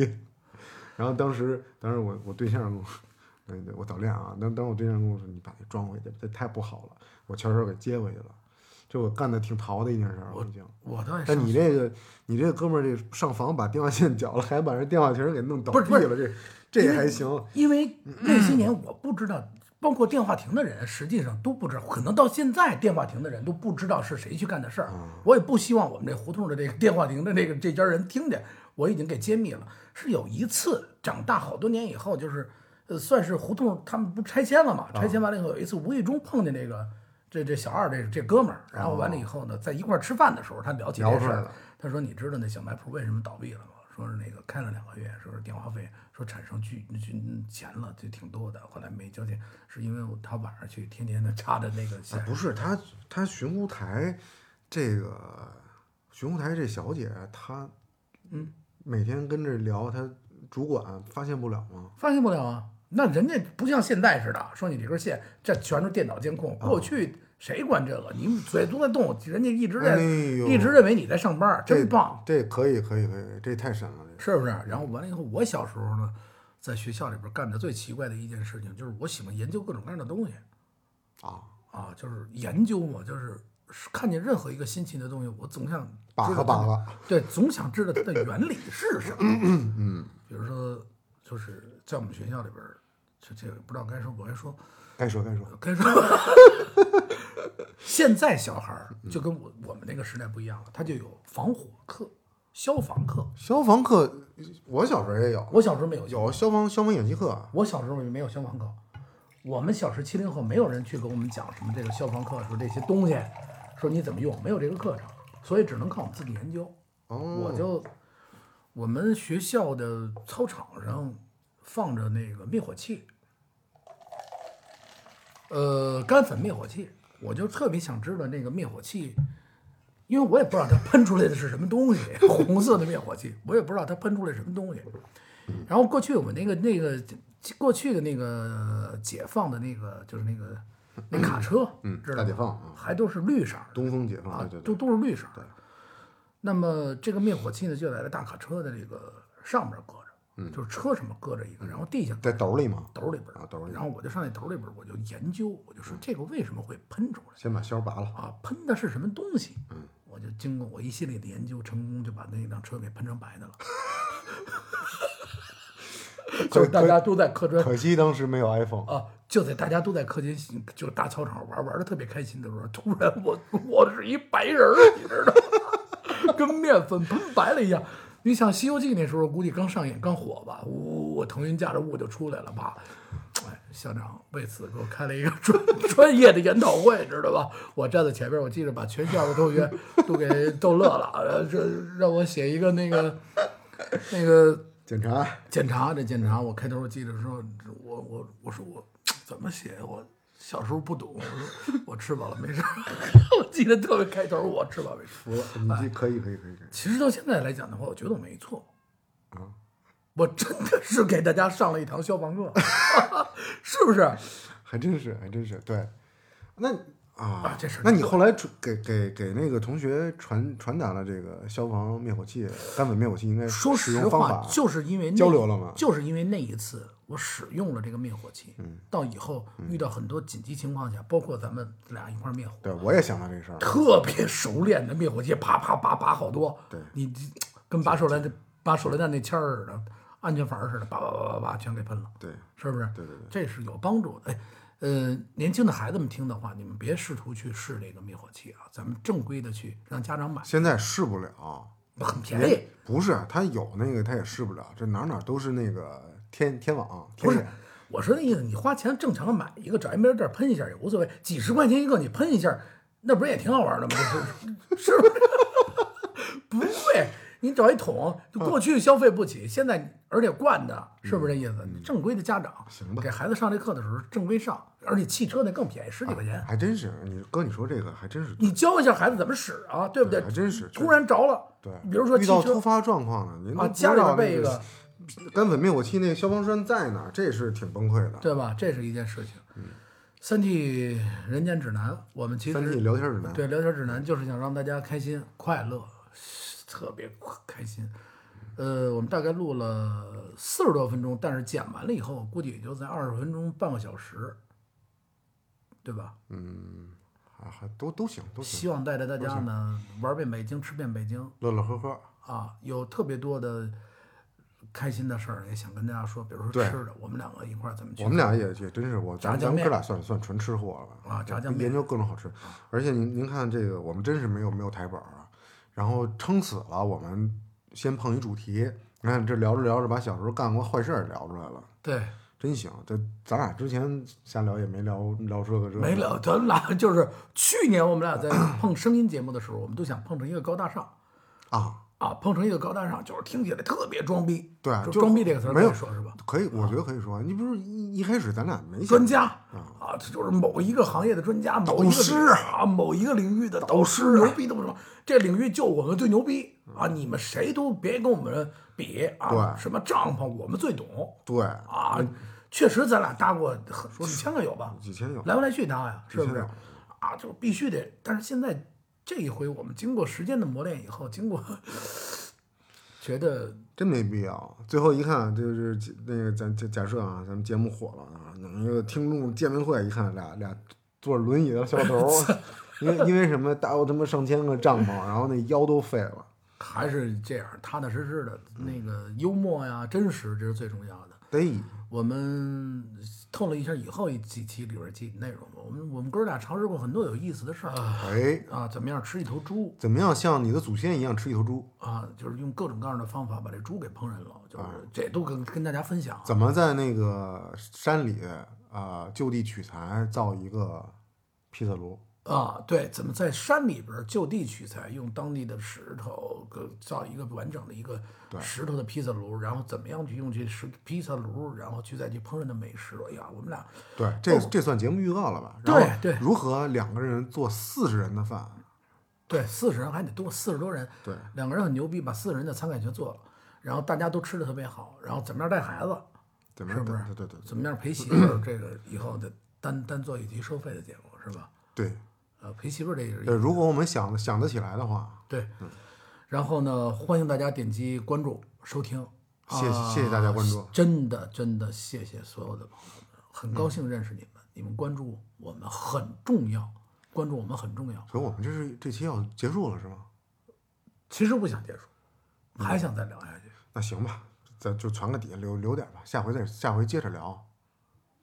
然后当时，当时我我对象跟我说，对对，我早恋啊。当当时我对象跟我说，你把这装回去，这太不好了。我悄悄给接回去了，这我干的挺淘的一件事儿，我已经。
我倒也
但
上
你这个，你这个哥们儿这上房把电话线绞了，还把人电话亭给弄倒
不
闭
是不是
了，这这还行？
因为那些年我不知道，包括电话亭的人，实际上都不知道，可能到现在电话亭的人都不知道是谁去干的事儿。
嗯
我也不希望我们这胡同的这个电话亭的这个这家人听见，我已经给揭秘了。是有一次长大好多年以后，就是呃，算是胡同他们不拆迁了嘛？
啊
拆迁完了以后，有一次无意中碰见这个。这这小二这这哥们儿，然后完了以后呢，在一块儿吃饭的时候，他聊起这
啊聊出
事
来
儿
了，
他说：“你知道那小卖铺为什么倒闭了吗？说是那个开了两个月，说是电话费，说产生巨巨钱了，就挺多的。后来没交钱，是因为我他晚上去天天的插着那个线。
不是他，他寻呼台这个寻呼台这小姐，她
嗯，
每天跟这聊，她主管发现不了吗？
发现不了啊。那人家不像现在似的，说你这根线这全是电脑监
啊
控。过去谁管这个？你嘴都在动，人家一直在、
哎呦
一直认为你在上班，
这
真棒。
这可以，可以，可以，这太神了，这
是不是？然后完了以后，我小时候呢，在学校里边干的最奇怪的一件事情，就是我喜欢研究各种各样的东西
个啊，
啊，就是研究嘛，就是看见任何一个新奇的东西，我总想
把
知
了
道
把
它的，
了，
对，总想知道它的原理是什么。
嗯，
比如说，就是在我们学校里边，这这个不知道该说不该说，
该说该说，
该 说。现在小孩儿就跟我我们那个时代不一样了，他就有防火课、消防课。
消防课，我小时候也有，
我小时候没有，
有消防消防演习课，
我小时候也没有消防课，我们小时七零后没有人去给我们讲什么这个消防课说这些东西，说你怎么用，没有这个课程，所以只能靠我们自己研究。我
哦，
就我们学校的操场上放着那个灭火器，呃，干粉灭火器，我就特别想知道那个灭火器，因为我也不知道它喷出来的是什么东西， 红色的灭火器，我也不知道它喷出来什么东西。然后过去我们那个那个过去的那个解放的那个就是那个那卡车，
嗯，
知道
大解
吗
放啊，
还都是绿色儿的。
东风解放，
啊，
对对
都
对，
都是绿色的。那么这个灭火器呢，就在这大卡车的这个上面搁着，就是车上面搁着一个，然后地下
在兜里嘛，
兜里边儿，
啊兜里
然后我就上那兜里边儿，我就研究，我就说这个为什么会喷出来
先把销拔了，
啊？喷的是什么东西？我就经过我一系列的研究，成功就把那辆车给喷成白的了。 就是大家都在客专
可惜当时没有 iPhone，
啊，就在大家都在课间，就是大操场玩玩的特别开心的时候，突然我 我是一白人儿，你知道吗？ 跟面粉喷白了一样。你想《西游记》那时候估计刚上演刚火吧，呜，我腾云驾着雾就出来了吧。哎，校长为此给我开了一个专 专业的研讨会，知道吧？我站在前面，我记着把全校的同学都给逗乐了，然后这让我写一个那个那个
检查
检查这检查，我开头我记得说，我我我说我怎么写我。小时候不懂，我说 我吃饱了没事儿。我记得特别开头，我哎吃饱没事儿。
服了，你这可以可以可以可以，
其实到现在来讲的话，我觉得我没错。
嗯
我真的是给大家上了一堂消防课， 是不是？
还真是还真是对，那啊
啊这事儿
那你后来传给给给那个同学传传达了这个消防灭火器、单反灭火器应该
说
使
实
用方
话
法，，
就是因为那
交流了吗
就是因为那一次我使用了这个灭火器，
嗯
到以后遇到很多紧急情况下，包括咱们俩一块儿灭火，
对我也想到这事儿，
特别熟练的灭火器，啪啪啪啪好多。
对
你你跟拔手榴弹、拔手榴弹那签儿似的，安全阀似的，叭叭叭叭叭全给喷了，
对
是不是？
对对对，
这是有帮助的。哎，呃，年轻的孩子们听的话，你们别试图去试这个灭火器啊，咱们正规的去让家长买，
现在试不了，
很便宜。
不是啊他有那个他也试不了，这哪哪都是那个天天网，
不
天
是
眼，
我说那意思，你花钱正常买一个，找一没人店喷一下也无所谓，几十块钱一个，你喷一下，那不是也挺好玩的吗？就是 是不是？不贵，你找一桶，就
嗯
过去消费不起，现在而且惯的，是不是这意思？你正规的家长
嗯行吧
给孩子上这课的时候正规上，而且汽车那更便宜，十几块钱。
还真是你哥你说这个还真是
你教一下孩子怎么使啊，对不对？
还真是确实
突然着了，
对，
比如说
遇
汽
到
车
突发状况呢，您
啊，
都不知
家里
道
边备
那
一个，
干粉灭火器那个消防栓在哪儿，这是挺崩溃的。
对吧？这是一件事情。
嗯
三 D 人间指南，我们其实
三 D 聊天指南，
对，聊天指南就是想让大家开心、快乐，特别开心。呃，我们大概录了四十多分钟，但是剪完了以后，估计也就在二十分钟、半个小时，对吧？
嗯，还还都都行，都行，
希望带着大家呢玩遍北京，吃遍北京
乐乐呵呵。
啊，有特别多的开心的事儿也想跟大家说，比如说
对
吃的，我们两个一块儿怎么去
我们俩也也真是，我
炸
咱
酱
咱们
面
哥俩算算纯吃货了
啊炸酱面
研究各种好吃。而且您您看这个，我们真是没有没有台本儿啊，然后撑死了，我们先碰一主题。你看这聊着聊着，把小时候干过坏事儿聊出来了，
对。
真行。这咱俩之前瞎聊也没聊聊这个这个，
没聊，咱们俩就是去年我们俩 在碰声音节目的时候，我们都想碰成一个高大上，
啊。
啊，碰成一个高大上，就是听起来特别装逼。
对
就
就
装逼这个词儿
没有
可以说是吧？
可以，我觉得可以说，你不是一一开始咱俩没想
专家啊，这就是某一个行业的专家，某一个
嗯导师
领域啊，某一个领域的导师，
啊
牛逼的不得了。这领域就我们最牛逼啊！你们谁都别跟我们比啊！
嗯对嗯
什么帐篷我们最懂
对
啊！确实，咱俩搭过很几千个有吧？
几千有，
来回来去搭呀，是不
是
是
嗯的？
啊，就必须得。但是现在这一回，我们经过时间的磨练以后，经过 觉得
真没必要。最后一看就是几那个咱假假设啊，咱们节目火了啊，弄一个听众见面会，一看俩俩坐着轮椅的小头儿，因为因为什么搭过他妈上千个帐篷，然后那腰都废了，
还是这样踏踏实实的，那
嗯
个幽默呀、真实，这是最重要的。
对，
我们透露一下以后一几期里边几内容吧。我们我们哥俩尝试过很多有意思的事儿啊
哎，
怎么样吃一头猪
怎么样像你的祖先一样吃一头猪？
啊？就是用各种各样的方法把这猪给烹饪了，就是这都跟跟大家分享。
啊怎么在那个山里啊、就地取材造一个披萨炉？
啊，对，怎么在山里边儿就地取材，用当地的石头给造一个完整的一个石头的披萨炉，然后怎么样去用这石披萨炉，然后去再去烹饪的美食。哎呀，我们俩
对，这这算节目预告了吧？
对
然后
对
如何两个人做四十人的饭？
对四十人还得多四十多人，
对，
两个人很牛逼，把四十人的餐馆全做了，然后大家都吃的特别好，然后怎么样带孩子，
怎么
是
样？
不是？
对对对
怎么样陪媳妇儿？这个以后得单单做一集收费的节目是吧？
对
呃，陪媳妇儿这个
对，嗯如果我们想想得起来的话，
对，然后呢，欢迎大家点击关注收听，
谢谢
啊
谢谢大家关注
真的真的谢谢所有的朋友们，很高兴认识你们，你们关注我们很重要，关注我们很重要。
所以我们这是这期要结束了是吗？
其实不想结束，还想再聊下去。
那行吧，咱就传个底，留留点吧，下回再下回接着聊，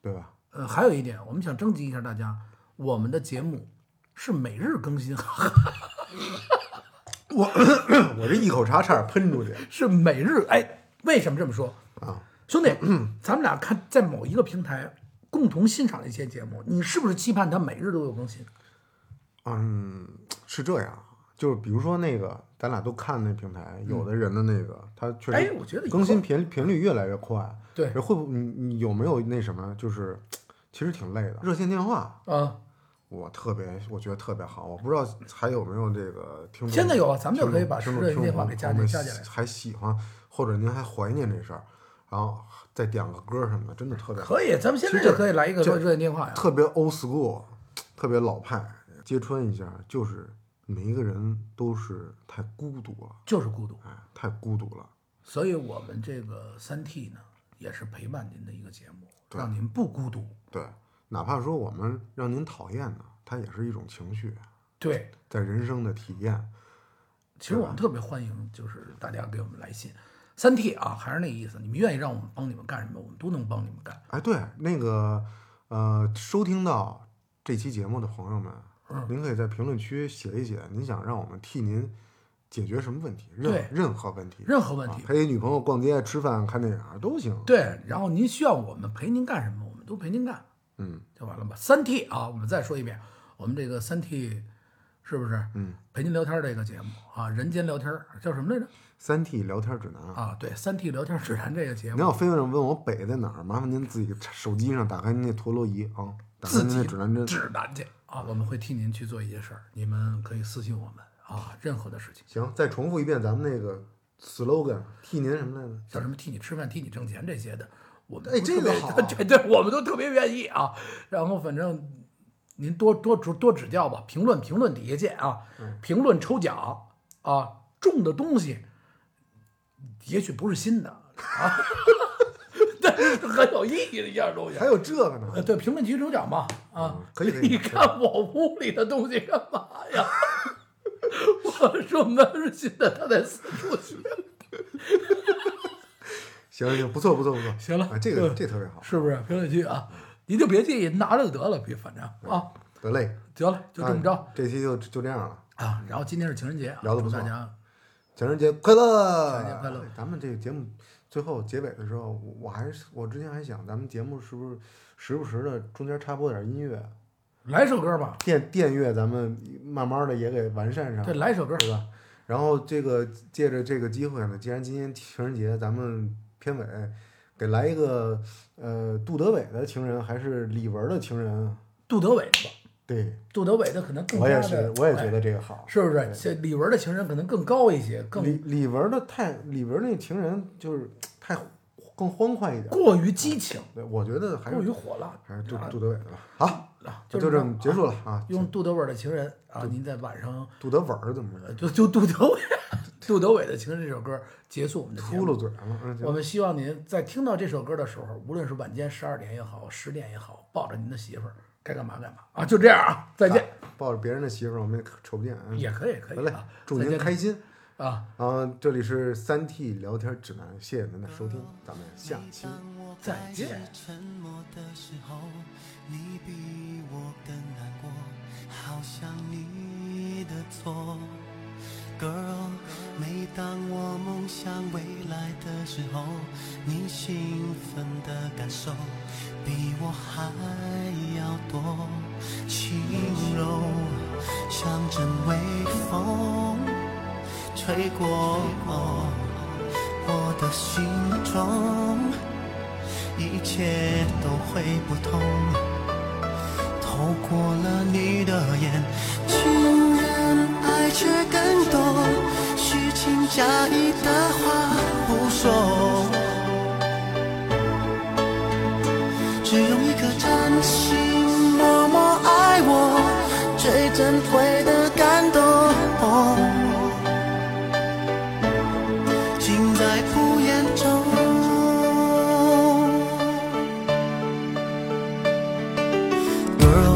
对吧？
呃，还有一点，我们想征集一下大家，我们的节目是每日更新，啊
我这 一口茶差点喷出去。
是每日。哎，为什么这么说 啊？兄弟，咱们俩看在某一个平台共同欣赏一些节目，你是不是期盼它每日都有更新？
嗯，是这样，就是比如说那个，咱俩都看那平台，有的人的那个，他确
嗯哎
实，
我觉得以
更新
后
频频率越来越快。
对
会不你你有没有那什么，就是其实挺累的。热线电话，
啊，
我特别，我觉得特别好。我不知道还有没有这个听众，
现在有啊咱们就可以把
听
热
众
线电话给加进加进来，
还喜欢或者您还怀念这事儿，然后再点个歌什么的，真的特别好。
可以，咱们现在就可以来一个热热线电话呀。
特别 old school，特别老派，揭穿一下，就是每一个人都是太孤独了，
就是孤独，
哎，太孤独了。
所以我们这个三 T 呢，也是陪伴您的一个节目，让您不孤独。
对，哪怕说我们让您讨厌呢，它也是一种情绪，
对，
在人生的体验。
其实我们特别欢迎，就是大家给我们来信。三 T 啊，还是那意思，你们愿意让我们帮你们干什么，我们都能帮你们干。
哎，对，那个呃，收听到这期节目的朋友们，
嗯
您可以在评论区写一写，您想让我们替您解决什么问题，任
对
任何问题，
任何问
啊
题，
陪女朋友逛街、吃饭、看电影都行。
对，然后您需要我们陪您干什么，我们都陪您干，
嗯，
就完了吧。三 T 啊，我们再说一遍，我们这个三 T 是不是？嗯，陪您聊天这个节目啊，人间聊天儿叫什么来着？
三 T 聊天指南。
啊，对，《三 T 聊天指南》这个节
您
目，
要非问问我北在哪儿，麻烦您自己手机上打开您那陀螺仪啊，打开
自
您那
己
指南针。
指南去啊，我们会替您去做一些事儿，你们可以私信我们啊，任何的事情，
行，再重复一遍咱们那个 slogan，替您什么来着？
像什么替你吃饭、替你挣钱这些的，我们
哎
都
这
特
个
别
好
对对，我们都特别愿意啊。然后反正您多多指多指教吧，评论评论底下见啊，
嗯
评论抽奖啊，中的东西也许不是新的啊， 但是很有意义的一样东西
还。有这个呢
呃，？对，评论区抽奖嘛，啊，
嗯可以可以
你看我屋里的东西干嘛呀？ 我说那是新的，他在四处学，
行行，不错不错不错。
行了
啊，这个
嗯
这特别好。
是不是？评论区啊，您就别介意，拿着就得了，别反正啊，
得嘞，
得了，就这么着
啊这期就就这样了。
啊。然后今天是情人节啊，
嗯聊得不
祝
错
大家
情人节快乐！
情人节快乐
哎咱们这个节目最后结尾的时候，我我还是我之前还想，咱们节目是不是时不时的中间插播点音乐，
来首歌吧，
电电乐，咱们慢慢的也给完善上。
对，来首歌，
嗯对吧？然后这个借着这个机会呢，既然今天情人节，咱们片尾给来一个呃杜德伟的情人，还是李玟的情人？
杜德伟的吧，
对，
杜德伟的可能更
我也
加
是
的，
我也觉得这个好
哎。是不是？这李玟的情人可能更高一些，
李
更
李玟的太李玟那情人就是太更欢快一点。
过于激情，
对，我觉得还
过于
是
火辣
还是杜杜德伟的吧。好，
啊，
就是这么结束了啊。
用杜德伟的情人啊，您在晚上。
杜德伟儿怎么着？
呃就就杜德伟， 杜德伟的《情人》这首歌结束我们的节
秃
目。
噜嘴了。嗯，
我
行
们希望您在听到这首歌的时候，无论是晚间十二点也好，十点也好，抱着您的媳妇儿该干嘛干嘛啊！就这样啊，再见，
抱着别人的媳妇儿，我们也瞅不见。嗯
也可以，可
得
以
嘞
啊，，
祝
再
您
见
开心。
啊，
啊，这里是三 T 聊天指南，谢谢您的收听，咱们下
每
期
当我
再
开始
见
沉默的时候，你比我更难过，好像你的错，Girl。每当我梦想未来的时候，你兴奋的感受比我还要多，轻柔像阵微风吹过我的心中。一切都会不同。透过了你的眼，竟然爱却更多，虚情假意的话不说，只用一颗真心默默爱我，最珍贵的感动。尽在不言中。Girl，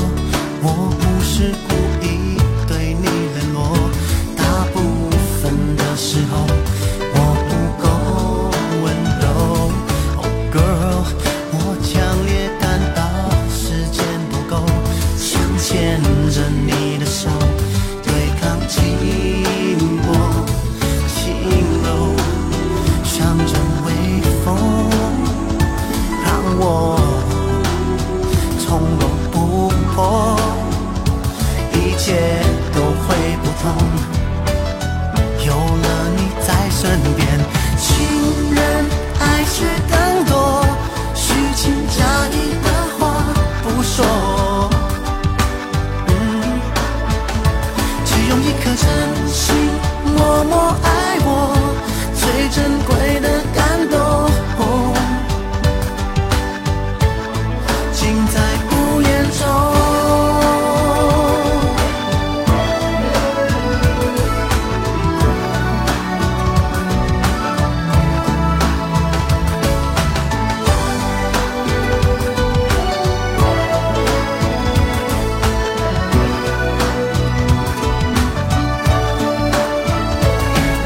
我不是故意对你冷落，大部分的时候我不够温柔。Oh girl，我强烈感到时间不够，想牵着你的手，对抗寂寞。轻柔，像阵微风，让我从容不迫，一切都会不同。有了你在身边，情人爱却更多，虚情假意的话不说。嗯只用一颗真心默默爱我，最珍贵的感动，哦尽在不言中。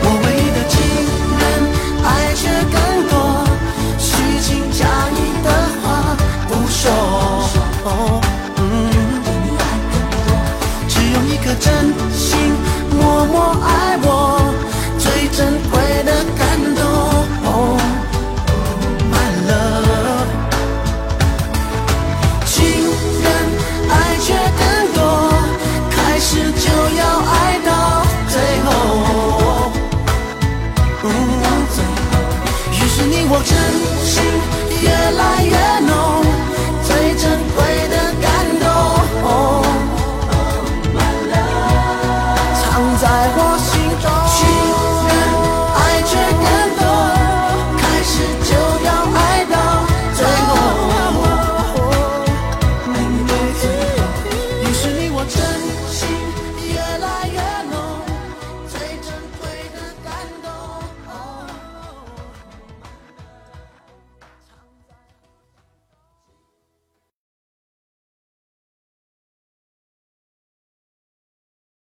我唯一的哦情人，爱却更多，虚情假意的话不说。嗯只用一颗真心默默爱我，最珍贵的感动。My 嗯 love。情人爱却更多，哦开始就要爱到最后。嗯，于是你我真心越来越哦